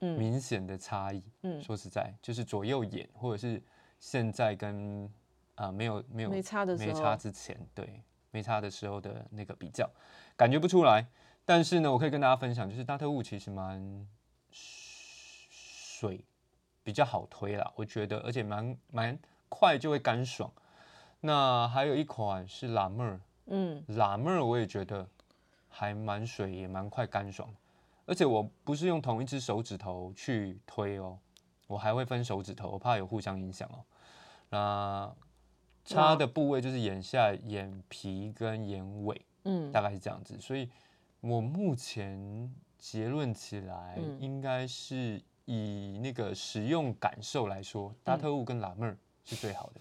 B: 嗯
A: 明显的差异。
B: 嗯，
A: 说实在，就是左右眼，或者是现在跟啊、没有没有
B: 没差的时
A: 没
B: 候，
A: 差之前，对没差的时候的那个比较，感觉不出来。但是呢，我可以跟大家分享，就是大特务其实蛮水，比较好推啦，我觉得，而且蛮蛮快就会干爽。那还有一款是拉妹儿，
B: 嗯
A: 拉妹儿我也觉得还蛮水，也蛮快干爽。而且我不是用同一只手指头去推哦，我还会分手指头，我怕有互相影响哦。那
B: 哇
A: 擦的部位就是眼下、眼皮跟眼尾，
B: 嗯
A: 大概是这样子。所以我目前结论起来
B: 嗯，
A: 应该是以那个使用感受来说，
B: 嗯
A: 大特务跟拉妹儿是最好的。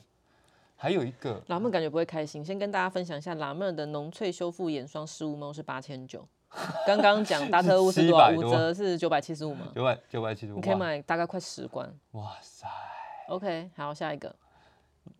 A: 还有一个
B: 拉妹感觉不会开心，先跟大家分享一下拉妹的浓萃修复眼霜十五毛是八千九，刚刚讲 大特务是多少？
A: 700
B: 五
A: 多
B: 折是九百七十五吗？
A: 九百九百七十五
B: 你可以买大概快十罐。
A: 哇塞！
B: OK，好，下一个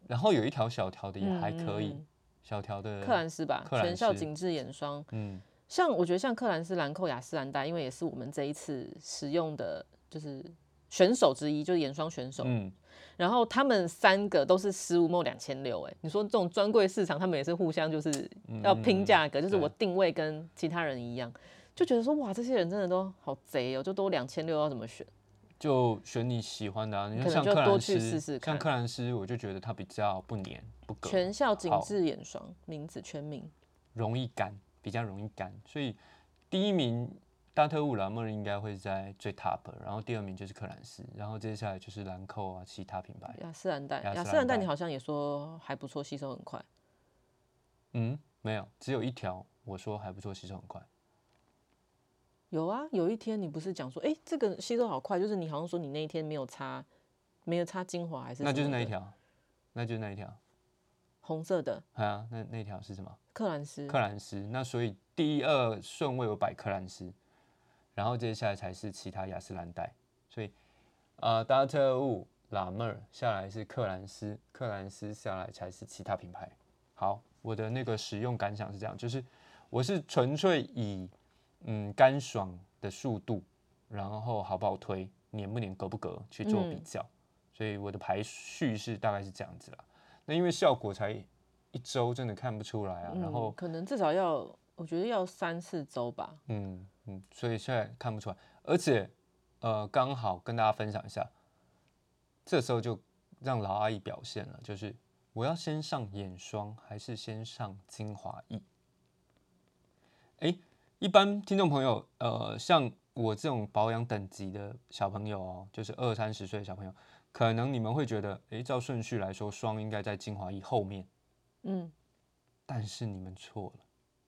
A: 然后有一条小条的也还可以，
B: 嗯嗯嗯
A: 小条的
B: 克兰斯吧，
A: 啊克兰
B: 全效
A: 斯
B: 紧致眼霜。
A: 嗯
B: 像我觉得像克兰斯、兰蔻、雅诗兰黛，因为也是我们这一次使用的，就是选手之一，就是眼霜选手。
A: 嗯，
B: 然后他们三个都是十五毛两千六，哎，你说这种专柜市场，他们也是互相就是要拼价格，就是
A: 嗯对
B: 我定位跟其他人一样，就觉得说哇，这些人真的都好贼哦，就都两千六要怎么选？
A: 就选你喜欢的啊。你
B: 可
A: 就
B: 能
A: 像
B: 就
A: 克
B: 多
A: 兰
B: 去
A: 斯，
B: 试试看
A: 像克兰斯，我就觉得它比较不粘不隔，
B: 全效紧
A: 好
B: 致眼霜，名字全名，
A: 容易干，比较容易干。所以第一名大特务兰莫应该会在最 top，然后第二名就是克兰斯，然后接下来就是兰蔻啊，其他品牌。
B: 雅诗兰黛，
A: 雅
B: 雅
A: 诗
B: 诗兰
A: 兰
B: 黛
A: 黛
B: 你好像也说还不错，吸收很快。
A: 嗯，没有，只有一条我说还不错，吸收很快。
B: 有啊，有一天你不是讲说，哎、这个吸收好快，就是你好像说你那一天没有擦，没有擦精华还是
A: 那就是
B: 什么
A: 那一
B: 的
A: 条，那就是那一条。
B: 红色的
A: 啊，那那条是什么？
B: 克兰斯，
A: 克兰斯。那所以第二顺位我摆克兰斯，然后接下来才是其他雅诗兰黛。所以啊，大特务、拉妹儿下来是克兰斯，克兰斯下来才是其他品牌。好，我的那个使用感想是这样，就是我是纯粹以嗯干爽的速度，然后好不好推，黏不黏、隔不隔去做比
B: 嗯
A: 较，所以我的排序是大概是这样子啦。那因为效果才一周，真的看不出来啊。然后
B: 嗯、可能至少要，我觉得要三四周吧。
A: 嗯嗯，所以现在看不出来，而且呃，刚好跟大家分享一下，这时候就让老阿姨表现了，就是我要先上眼霜还是先上精华液？哎，一般听众朋友，呃，像我这种保养等级的小朋友哦，就是二三十岁的小朋友，可能你们会觉得，哎，照顺序来说，霜应该在精华液后面。
B: 嗯，
A: 但是你们错了，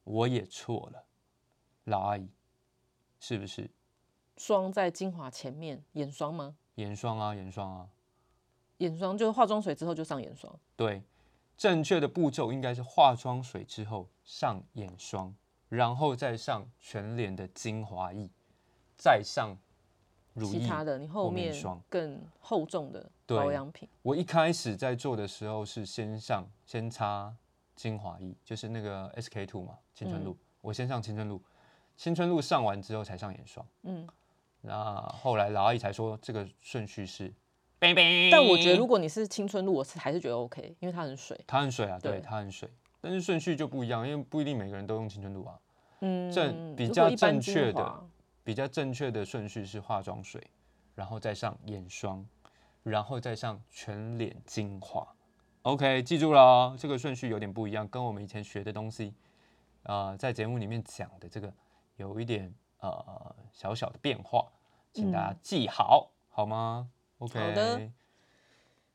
A: 我也错了，老阿姨，是不是？
B: 霜在精华前面，眼霜吗？
A: 眼霜啊，眼霜啊，
B: 眼霜就是化妆水之后就上眼霜。
A: 对，正确的步骤应该是化妆水之后上眼霜，然后再上全脸的精华液，再上乳
B: 其
A: 液。
B: 他的你后
A: 后面
B: 面
A: 霜
B: 更厚重的
A: 对
B: 保养品，
A: 我一开始在做的时候是先上先擦精华液，就是那个 SK two 嘛，青春
B: 嗯
A: 露，我先上青春露，青春露上完之后才上眼霜。
B: 嗯，
A: 那后来老阿姨才说这个顺序是
B: 但我觉得如果你是青春露，我是还是觉得 OK，因为它很水，
A: 它很水啊，对，
B: 对
A: 它很水，但是顺序就不一样，因为不一定每个人都用青春露啊。
B: 嗯，
A: 正比
B: 如果
A: 较
B: 一般
A: 正
B: 精
A: 确的
B: 华
A: 比较正确的顺序是化妆水，然后再上眼霜，然后再上全脸精华。OK，记住了哦，这个顺序有点不一样，跟我们以前学的东西，啊，在节目里面讲的这个有一点呃小小的变化，请大家记好，好吗？OK，
B: 嗯好的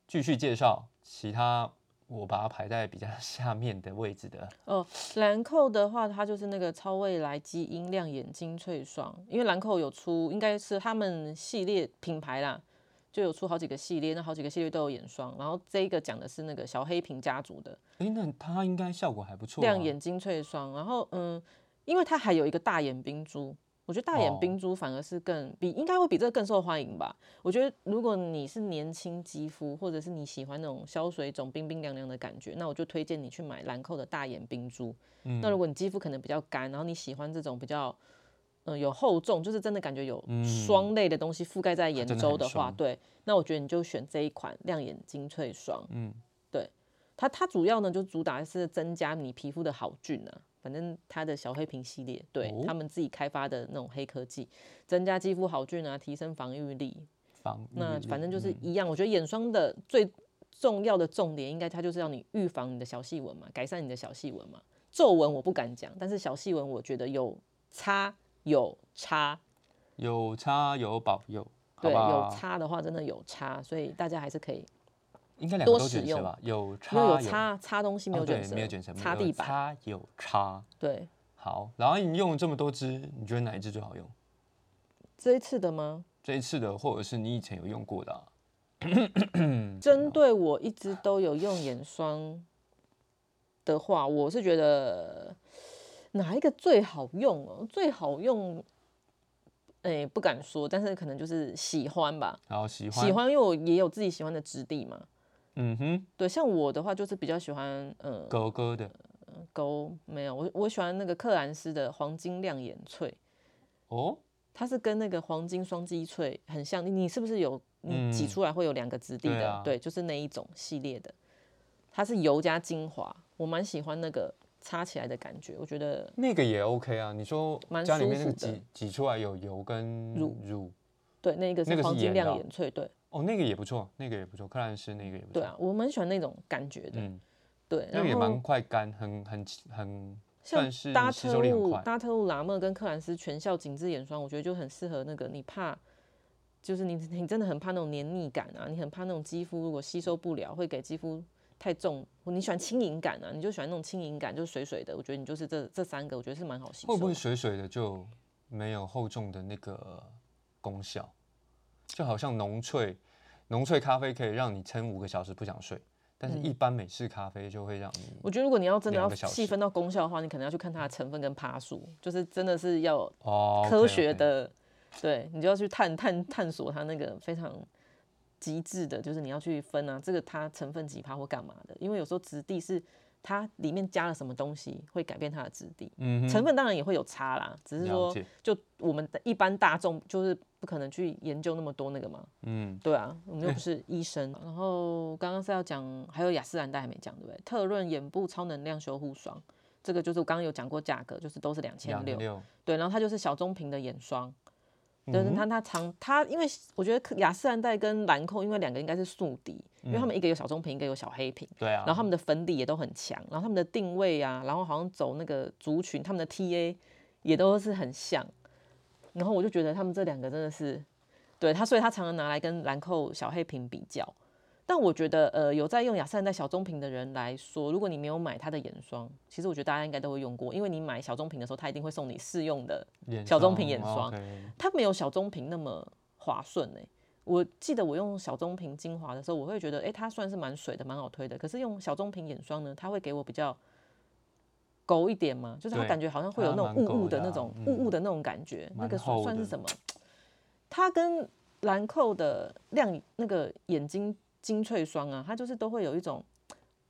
A: 继续介绍其他，我把它排在比较 下面的位置的，
B: 哦，兰蔻的话，它就是那个超未来基因亮眼精粹霜，因为兰蔻有出，应该是他们系列品牌啦，就有出好几个系列，那好几个系列都有眼霜，然后这一个讲的是那个小黑瓶家族的
A: 诶，那它应该效果还不错、啊，
B: 亮眼精粹霜，然后嗯，因为它还有一个大眼冰珠，我觉得大眼
A: 哦
B: 冰珠反而是更比应该会比这个更受欢迎吧。我觉得如果你是年轻肌肤，或者是你喜欢那种消水肿、冰冰凉凉的感觉，那我就推荐你去买兰蔻的大眼冰珠。
A: 嗯
B: 那如果你肌肤可能比较干，然后你喜欢这种比较。嗯，有厚重，就是真的感觉有霜类的东西覆盖在眼
A: 嗯真的
B: 周
A: 很
B: 的话，
A: 霜
B: 对，那我觉得你就选这一款亮眼精粹霜。嗯，对，它它主要呢就主打是增加你皮肤的好菌啊，反正它的小黑瓶系列，对、
A: 哦
B: 他们自己开发的那种黑科技，增加肌肤好菌啊，提升防御力。
A: 防御
B: 那
A: 力
B: 反正就是
A: 嗯
B: 一样，我觉得眼霜的最重要的重点，应该它就是要你预防你的小细纹嘛，改善你的小细纹嘛。皱纹我不敢讲，但是小细纹我觉得有差有差，
A: 有差有保佑，好
B: 对，
A: 不
B: 有
A: 好？
B: 差的话真的有差，所以大家还是可以
A: 应该两个
B: 多
A: 都
B: 使
A: 卷舌
B: 用
A: 吧？有
B: 没
A: 差
B: 有有擦擦东西没
A: 哦
B: 有
A: 对
B: 卷舌，
A: 没有卷舌，
B: 擦
A: 有
B: 地板，
A: 差有差。
B: 对，
A: 好，然后你用了这么多支，你觉得哪一支最好用？
B: 这一次的吗？
A: 这一次的，或者是你以前有用过的啊、哦
B: 针对我一直都有用眼霜的话，我是觉得哪一个最好用哦？最好用，哎、不敢说，但是可能就是喜欢吧。
A: 然后喜欢，
B: 喜，欢，因为我也有自己喜欢的质地嘛。
A: 嗯哼，
B: 对，像我的话就是比较喜欢，呃，
A: 狗狗的
B: 勾没有，我我喜欢那个克兰斯的黄金亮眼翠，
A: 哦，
B: 它是跟那个黄金双击翠很像。你你是不是有你挤
A: 嗯
B: 出来会有两个质地
A: 对
B: 的？
A: 啊
B: 对，就是那一种系列的，它是油加精华，我蛮喜欢那个擦起来的感觉，我觉得
A: 那个也 OK 啊。你说
B: 蛮
A: 家里
B: 舒
A: 面那个
B: 服的
A: 挤挤出来有油跟
B: 乳
A: 乳，
B: 对那个
A: 那
B: 是
A: 个是
B: 黄金
A: 盐的
B: 亮
A: 哦
B: 眼翠，对
A: 哦，那个也不错，那个也不错，克兰斯那个也不错，
B: 对啊，我蛮喜欢那种感觉的，
A: 嗯，
B: 对，
A: 那个也
B: 然后
A: 蛮快干，很很很
B: 像
A: 算是
B: 搭
A: 吸
B: 特
A: 收力很
B: 务
A: 快。
B: 搭特务拉莫跟克兰斯全效紧致眼霜，我觉得就很适合那个你怕，就是你你真的很怕那种黏腻感啊，你很怕那种肌肤如果吸收不了会给肌肤太重，你喜欢轻盈感啊，你就喜欢那种轻盈感，就是水水的，我觉得你就是这这三个，我觉得是蛮好吸收的。
A: 会不会水水的就没有厚重的那个功效？就好像浓萃，浓萃咖啡可以让你撑五个小时不想睡，但
B: 嗯
A: 是一般美式咖啡就会让你
B: 我觉得如果你要真的
A: 两
B: 要
A: 个小
B: 细
A: 时
B: 分到功效的话，你可能要去看它的成分跟趴数，就是真的是要有
A: 哦
B: 科学，的，对你就要去探探探索它那个非常极致的，就是你要去分啊，这个它成分几趴或干嘛的，因为有时候质地是它里面加了什么东西会改变它的质地，
A: 嗯哼，
B: 成分当然也会有差啦，只是
A: 了
B: 说
A: 解
B: 就我们的一般大众就是不可能去研究那么多那个嘛，
A: 嗯，
B: 对啊，我们又不是医生。然后刚刚是要讲，还有雅诗兰黛还没讲对不对？特润眼部超能量修护霜，这个就是我刚刚有讲过价格，就是都是两千
A: 两
B: 六，
A: 六，
B: 对，然后它就是小棕瓶的眼霜，就是它它长它，因为我觉得雅诗兰黛跟兰蔻，因为两个应该是宿敌，因为他们一个有小棕瓶，一个有小黑瓶，
A: 对啊，
B: 然后他们的粉底也都很强，然后他们的定位啊，然后好像走那个族群，他们的 TA 也都是很像，然后我就觉得他们这两个真的是，对它，所以它常常拿来跟兰蔻小黑瓶比较。但我觉得，呃，有在用雅诗兰黛小棕瓶的人来说，如果你没有买它的眼霜，其实我觉得大家应该都会用过，因为你买小棕瓶的时候，它一定会送你试用的
A: 眼哦
B: 小棕瓶眼霜
A: OK
B: 它没有小棕瓶那么滑顺哎、我记得我用小棕瓶精华的时候，我会觉得，哎、它算是蛮水的，蛮好推的。可是用小棕瓶眼霜呢，它会给我比较勾一点嘛，就是它
A: 对
B: 感觉好像会有
A: 它
B: 那种
A: 蛮
B: 雾雾
A: 勾的啊
B: 的那种
A: 嗯
B: 雾雾的那种感觉，那
A: 蛮
B: 个算
A: 厚
B: 算是
A: 的
B: 什么？它跟兰蔻的亮那个眼睛精粹霜啊，它就是都会有一种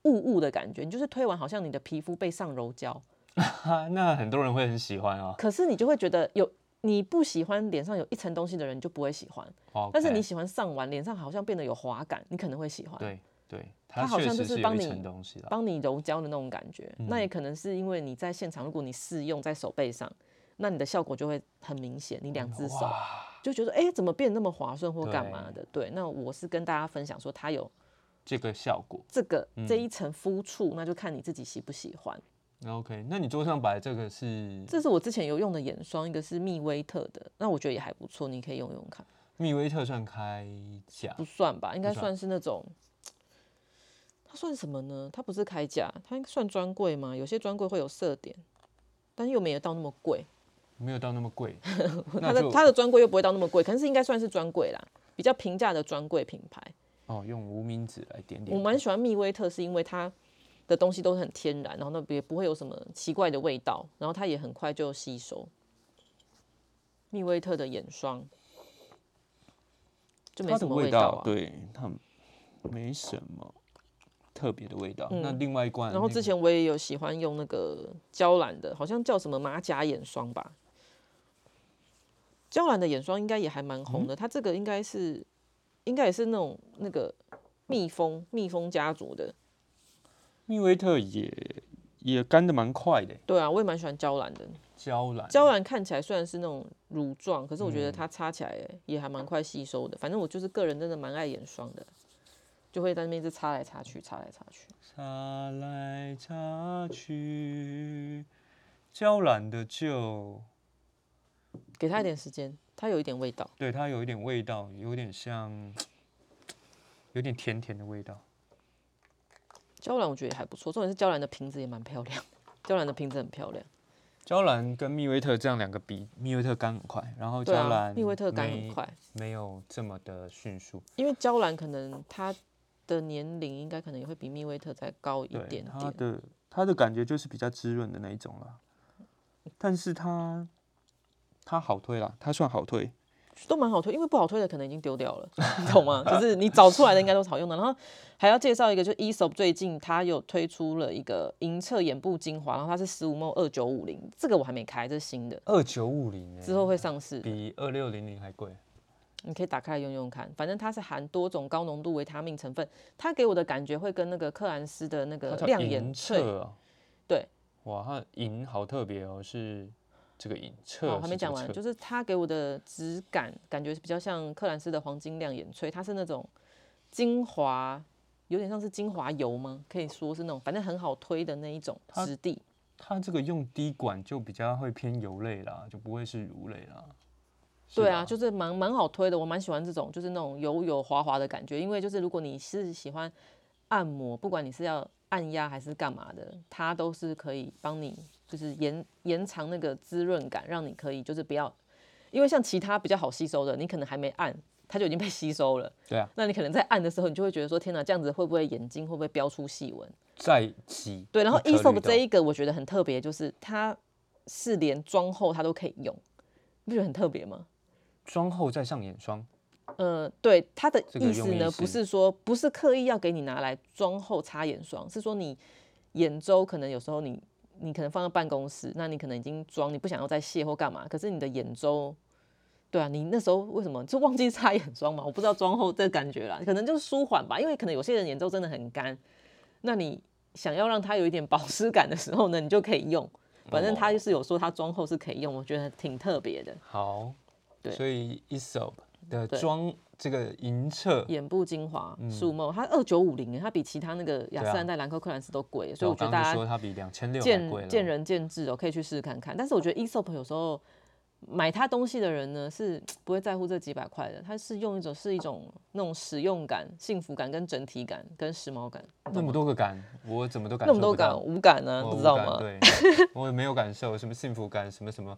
B: 雾雾的感觉，你就是推完好像你的皮肤被上柔焦，
A: 哈，那很多人会很喜欢啊。
B: 可是你就会觉得有你不喜欢脸上有一层东西的人，你就不会喜欢。但是
A: 哦 OK，
B: 你喜欢上完，脸上好像变得有滑感，你可能会喜欢，
A: 对啊对，
B: 它好
A: 确
B: 像
A: 实
B: 就是
A: 有
B: 帮
A: 一
B: 你
A: 层东西啦。
B: 帮你柔焦的那种感觉。
A: 嗯
B: 那也可能是因为你在现场，如果你试用在手背上，那你的效果就会很明显，你两只手
A: 嗯哇，
B: 就觉得哎、诶怎么变那么滑顺或干嘛的？对，那我是跟大家分享说它有
A: 这个效果。
B: 这个
A: 嗯
B: 这一层肤触，那就看你自己喜不喜欢。
A: OK，那你桌上摆这个是
B: 这是我之前有用的眼霜，一个是蜜薇特的，那我觉得也还不错，你可以用用看。
A: 蜜薇特算开价
B: 不算吧，应该
A: 算
B: 算是那种，它算什么呢？它不是开价，它应该算专柜吗？有些专柜会有色点，但是又没有到那么贵。
A: 没有到那么 贵，
B: 它
A: 那
B: 的
A: 就
B: 它的专柜又不会到那么贵，可能是应该算是专柜啦，比较平价的专柜品牌。
A: 哦，用无名指来点
B: 我
A: 点，
B: 蛮喜欢蜜薇特，是因为它的东西都是很天然，然后那也不会有什么奇怪的味道，然后它也很快就吸收。蜜威特的眼霜，就没
A: 它
B: 什
A: 的
B: 么
A: 味
B: 道啊。
A: 对它没什么特别的味道。那
B: 嗯
A: 另外一罐那个，
B: 然后之前我也有喜欢用那个娇兰的，好像叫什么马甲眼霜吧。娇兰的眼霜应该也还蛮红的，
A: 嗯
B: 它这个应该是应该也是那种那个蜜蜂蜜蜂家族的。
A: 蜜威特也也干的蛮快的，
B: 对啊，我也蛮喜欢娇兰的。
A: 娇兰
B: 娇兰看起来虽然是那种乳状，可是我
A: 嗯
B: 觉得它擦起来也还蛮快吸收的。反正我就是个人真的蛮爱眼霜的，就会在那边一直擦来擦去，擦来擦去。
A: 擦来擦去，娇兰的就
B: 给它一点时间，它有一点味道。
A: 对它有一点味道，有点像有点甜甜的味道。
B: 娇兰我觉得也还不错，重点是娇兰的瓶子也蛮漂亮， 娇兰的瓶子很漂亮。
A: 娇兰跟蜜威特这样两个比，蜜威特干很快，然后
B: 对
A: 娇
B: 啊
A: 兰，
B: 蜜威特干
A: 没
B: 很快，
A: 没有这么的迅速。
B: 因为娇兰可能她的年龄应该可能也会比蜜威特再高一
A: 对，
B: 点
A: 它
B: 点。
A: 的它的感觉就是比较滋润的那一种啦，但是它它好推啦，它算好推。
B: 都蛮好推，因为不好推的可能已经丢掉 了，你懂吗？就是你找出来的应该都是好用的。然后还要介绍一个，就 ESOP 最近它有推出了一个银澈眼部精华，然后它是十五 ml 二九五零，这个我还没开，这是新的，
A: 二九五零欸
B: 之后会上市，
A: 比二六零零还贵。
B: 你可以打开来用用看。反正它是含多种高浓度维他命成分，它给我的感觉会跟那个克兰斯的那个
A: 它叫
B: 呃亮
A: 银
B: 眼萃，
A: 澈哦
B: 对，
A: 哇，它的银好特别哦，是这个银澈是这个澈。
B: 哦，还没讲完，就是它给我的质感感觉是比较像克兰斯的黄金亮眼萃，它是那种精华，有点像是精华油吗？可以说是那种，反正很好推的那一种
A: 它
B: 质地。
A: 它这个用滴管就比较会偏油类啦，就不会是乳类啦。是
B: 对
A: 吧
B: 啊，就是蛮蛮好推的，我蛮喜欢这种，就是那种油油滑滑的感觉。因为就是如果你是喜欢按摩，不管你是要按压还是干嘛的，它都是可以帮你就是延延长那个滋润感，让你可以就是不要，因为像其他比较好吸收的，你可能还没按，它就已经被吸收了。
A: 对啊，
B: 那你可能在按的时候，你就会觉得说，天哪，这样子会不会眼睛会不会飙出细纹？
A: 再挤
B: 对，然后
A: 一颗
B: ESOP
A: 绿豆
B: 这一个我觉得很特别，就是它是连妆后它都可以用，你不觉得很特别吗？
A: 妆后再上眼霜，
B: 呃，对它的
A: 这个
B: 意思
A: 用意
B: 呢，
A: 是
B: 不是说不是刻意要给你拿来妆后擦眼霜，是说你眼周可能有时候你你可能放在办公室，那你可能已经妆，你不想要再卸或干嘛，可是你的眼周，对啊，你那时候为什么就忘记擦眼霜嘛？我不知道妆后这感觉啦，可能就是舒缓吧，因为可能有些人眼周真的很干，那你想要让它有一点保湿感的时候呢，你就可以用。反
A: 哦
B: 正它就是有说它妆后是可以用，我觉得挺特别的。
A: 好，
B: 对
A: 所以 ESOP 的
B: 对
A: 妆这个银澈，
B: 眼部精华
A: 嗯
B: 树梦，它二九五零，它比其他那个雅诗兰黛、兰蔻、克兰斯都贵，欸所
A: 啊
B: 以
A: 我
B: 我觉
A: 刚
B: 得
A: 刚就
B: 大
A: 说
B: 家
A: 它比两千六还贵
B: 见
A: 了，
B: 见仁见智哦，可以去试试看看。但是我觉得 ESOP 有时候买它东西的人呢，是不会在乎这几百块的，它是用一种是一种那种使用感、幸福感、跟整体感、跟时髦感，
A: 那么多个感，我怎么都感
B: 那
A: 受
B: 么
A: 不
B: 多
A: 到
B: 感无感呢、
A: 我
B: 不
A: 无
B: 知道
A: 感
B: 吗？
A: 对，我也没有感受什么幸福感，什么什么，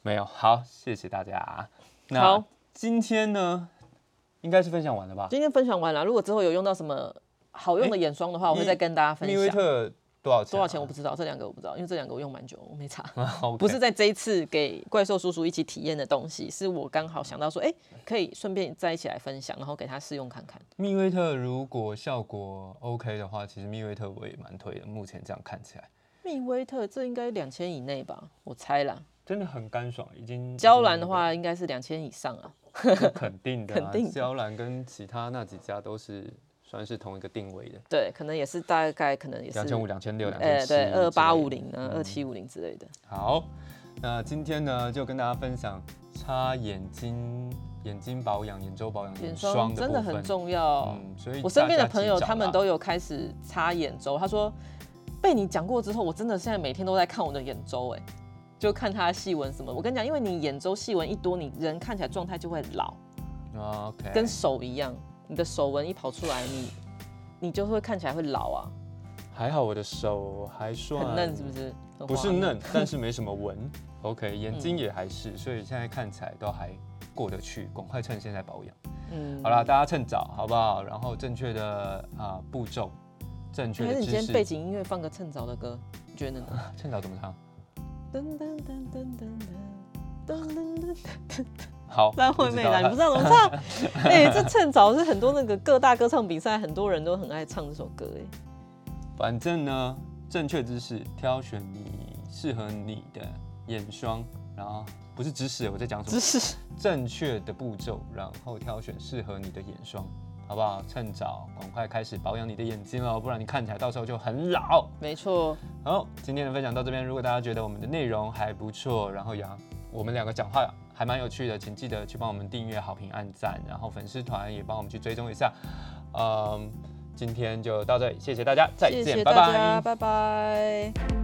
A: 没有。好，谢谢大家。啊那
B: 好
A: 今天呢，应该是分享完了吧？
B: 今天分享完了，如果之后有用到什么好用的眼霜的话，我会
A: 蜜
B: 再跟大家分
A: 蜜威
B: 享。
A: 特多少钱、啊
B: 多少钱我不知道，这两个我不知道，因为这两个我用蛮久，我没查。
A: 道
B: 不是在这一次给怪兽叔叔一起体验的东西，是我刚好想到说，哎、可以顺便在一起来分享，然后给他试用看看。
A: 蜜威特，如果效果 OK 的话，其实蜜威特我也蛮推的。目前这样看起来，
B: 蜜威特这应该两千以内吧，我猜啦。
A: 真的很干爽，已经。
B: 娇兰的话应该是两千以上啊。
A: 已 经那个，这肯定的、啊，
B: 肯定的
A: 娇兰跟其他那几家都是算是同一个定位的，
B: 对，可能也是大概可能也是
A: 两千五、两千六、两
B: 哎、
A: 千七，
B: 对，二八五零
A: 嗯
B: 啊，二七五零之类的。
A: 好，那今天呢就跟大家分享擦眼睛、眼睛保养、眼周保养、
B: 眼
A: 霜
B: 霜真
A: 的
B: 的
A: 部分
B: 很。重要。哦
A: 嗯，所以
B: 我身边的
A: 大家啊
B: 朋友
A: 及早
B: 他们
A: 啦
B: 都有开始擦眼周，他说被你讲过之后，我真的现在每天都在看我的眼周，哎，就看它的细纹什么。我跟你讲，因为你眼周细纹一多，你人看起来状态就会老，
A: 啊 OK，
B: 跟手一样，你的手纹一跑出来，你你就会看起来会老啊，
A: 还好我的手还算
B: 很嫩是不？是？
A: 啊
B: 很
A: 不
B: 滑
A: 是
B: 嫩，
A: 嫩，但是没什么纹。OK，眼
B: 嗯
A: 睛也还是，所以现在看起来都还过得去，赶快趁现在保养。
B: 嗯
A: 好啦，，大家趁早好不好？然后正确的啊、步骤，正确的
B: 还是你今
A: 知
B: 天背
A: 识，
B: 景音乐放个趁早的歌，你觉得呢？
A: 趁早怎么唱？
B: 噔噔噔噔噔噔，噔噔噔，
A: 好，
B: 烂
A: 不
B: 惠
A: 知
B: 美
A: 道啊
B: 啦，你
A: 他
B: 不知道怎么唱？哎、这趁早是很多那个各大歌唱比赛，很多人都很爱唱这首歌、哎，
A: 反正呢，正确姿势挑选你适合你的眼霜，然后不是知识，我在讲什
B: 只
A: 么？
B: 是
A: 正确的步骤，然后挑选适合你的眼霜，好不好？趁早赶快开始保养你的眼睛哦，不然你看起来到时候就很老。
B: 没错，
A: 好，今天的分享到这边，如果大家觉得我们的内容还不错，然后也我们两个讲话还蛮有趣的，请记得去帮我们订阅、好评、按赞，然后粉丝团也帮我们去追踪一下。嗯，今天就到这里，谢谢大家，再见，
B: 谢谢
A: 拜
B: 大家，
A: 拜。
B: 拜拜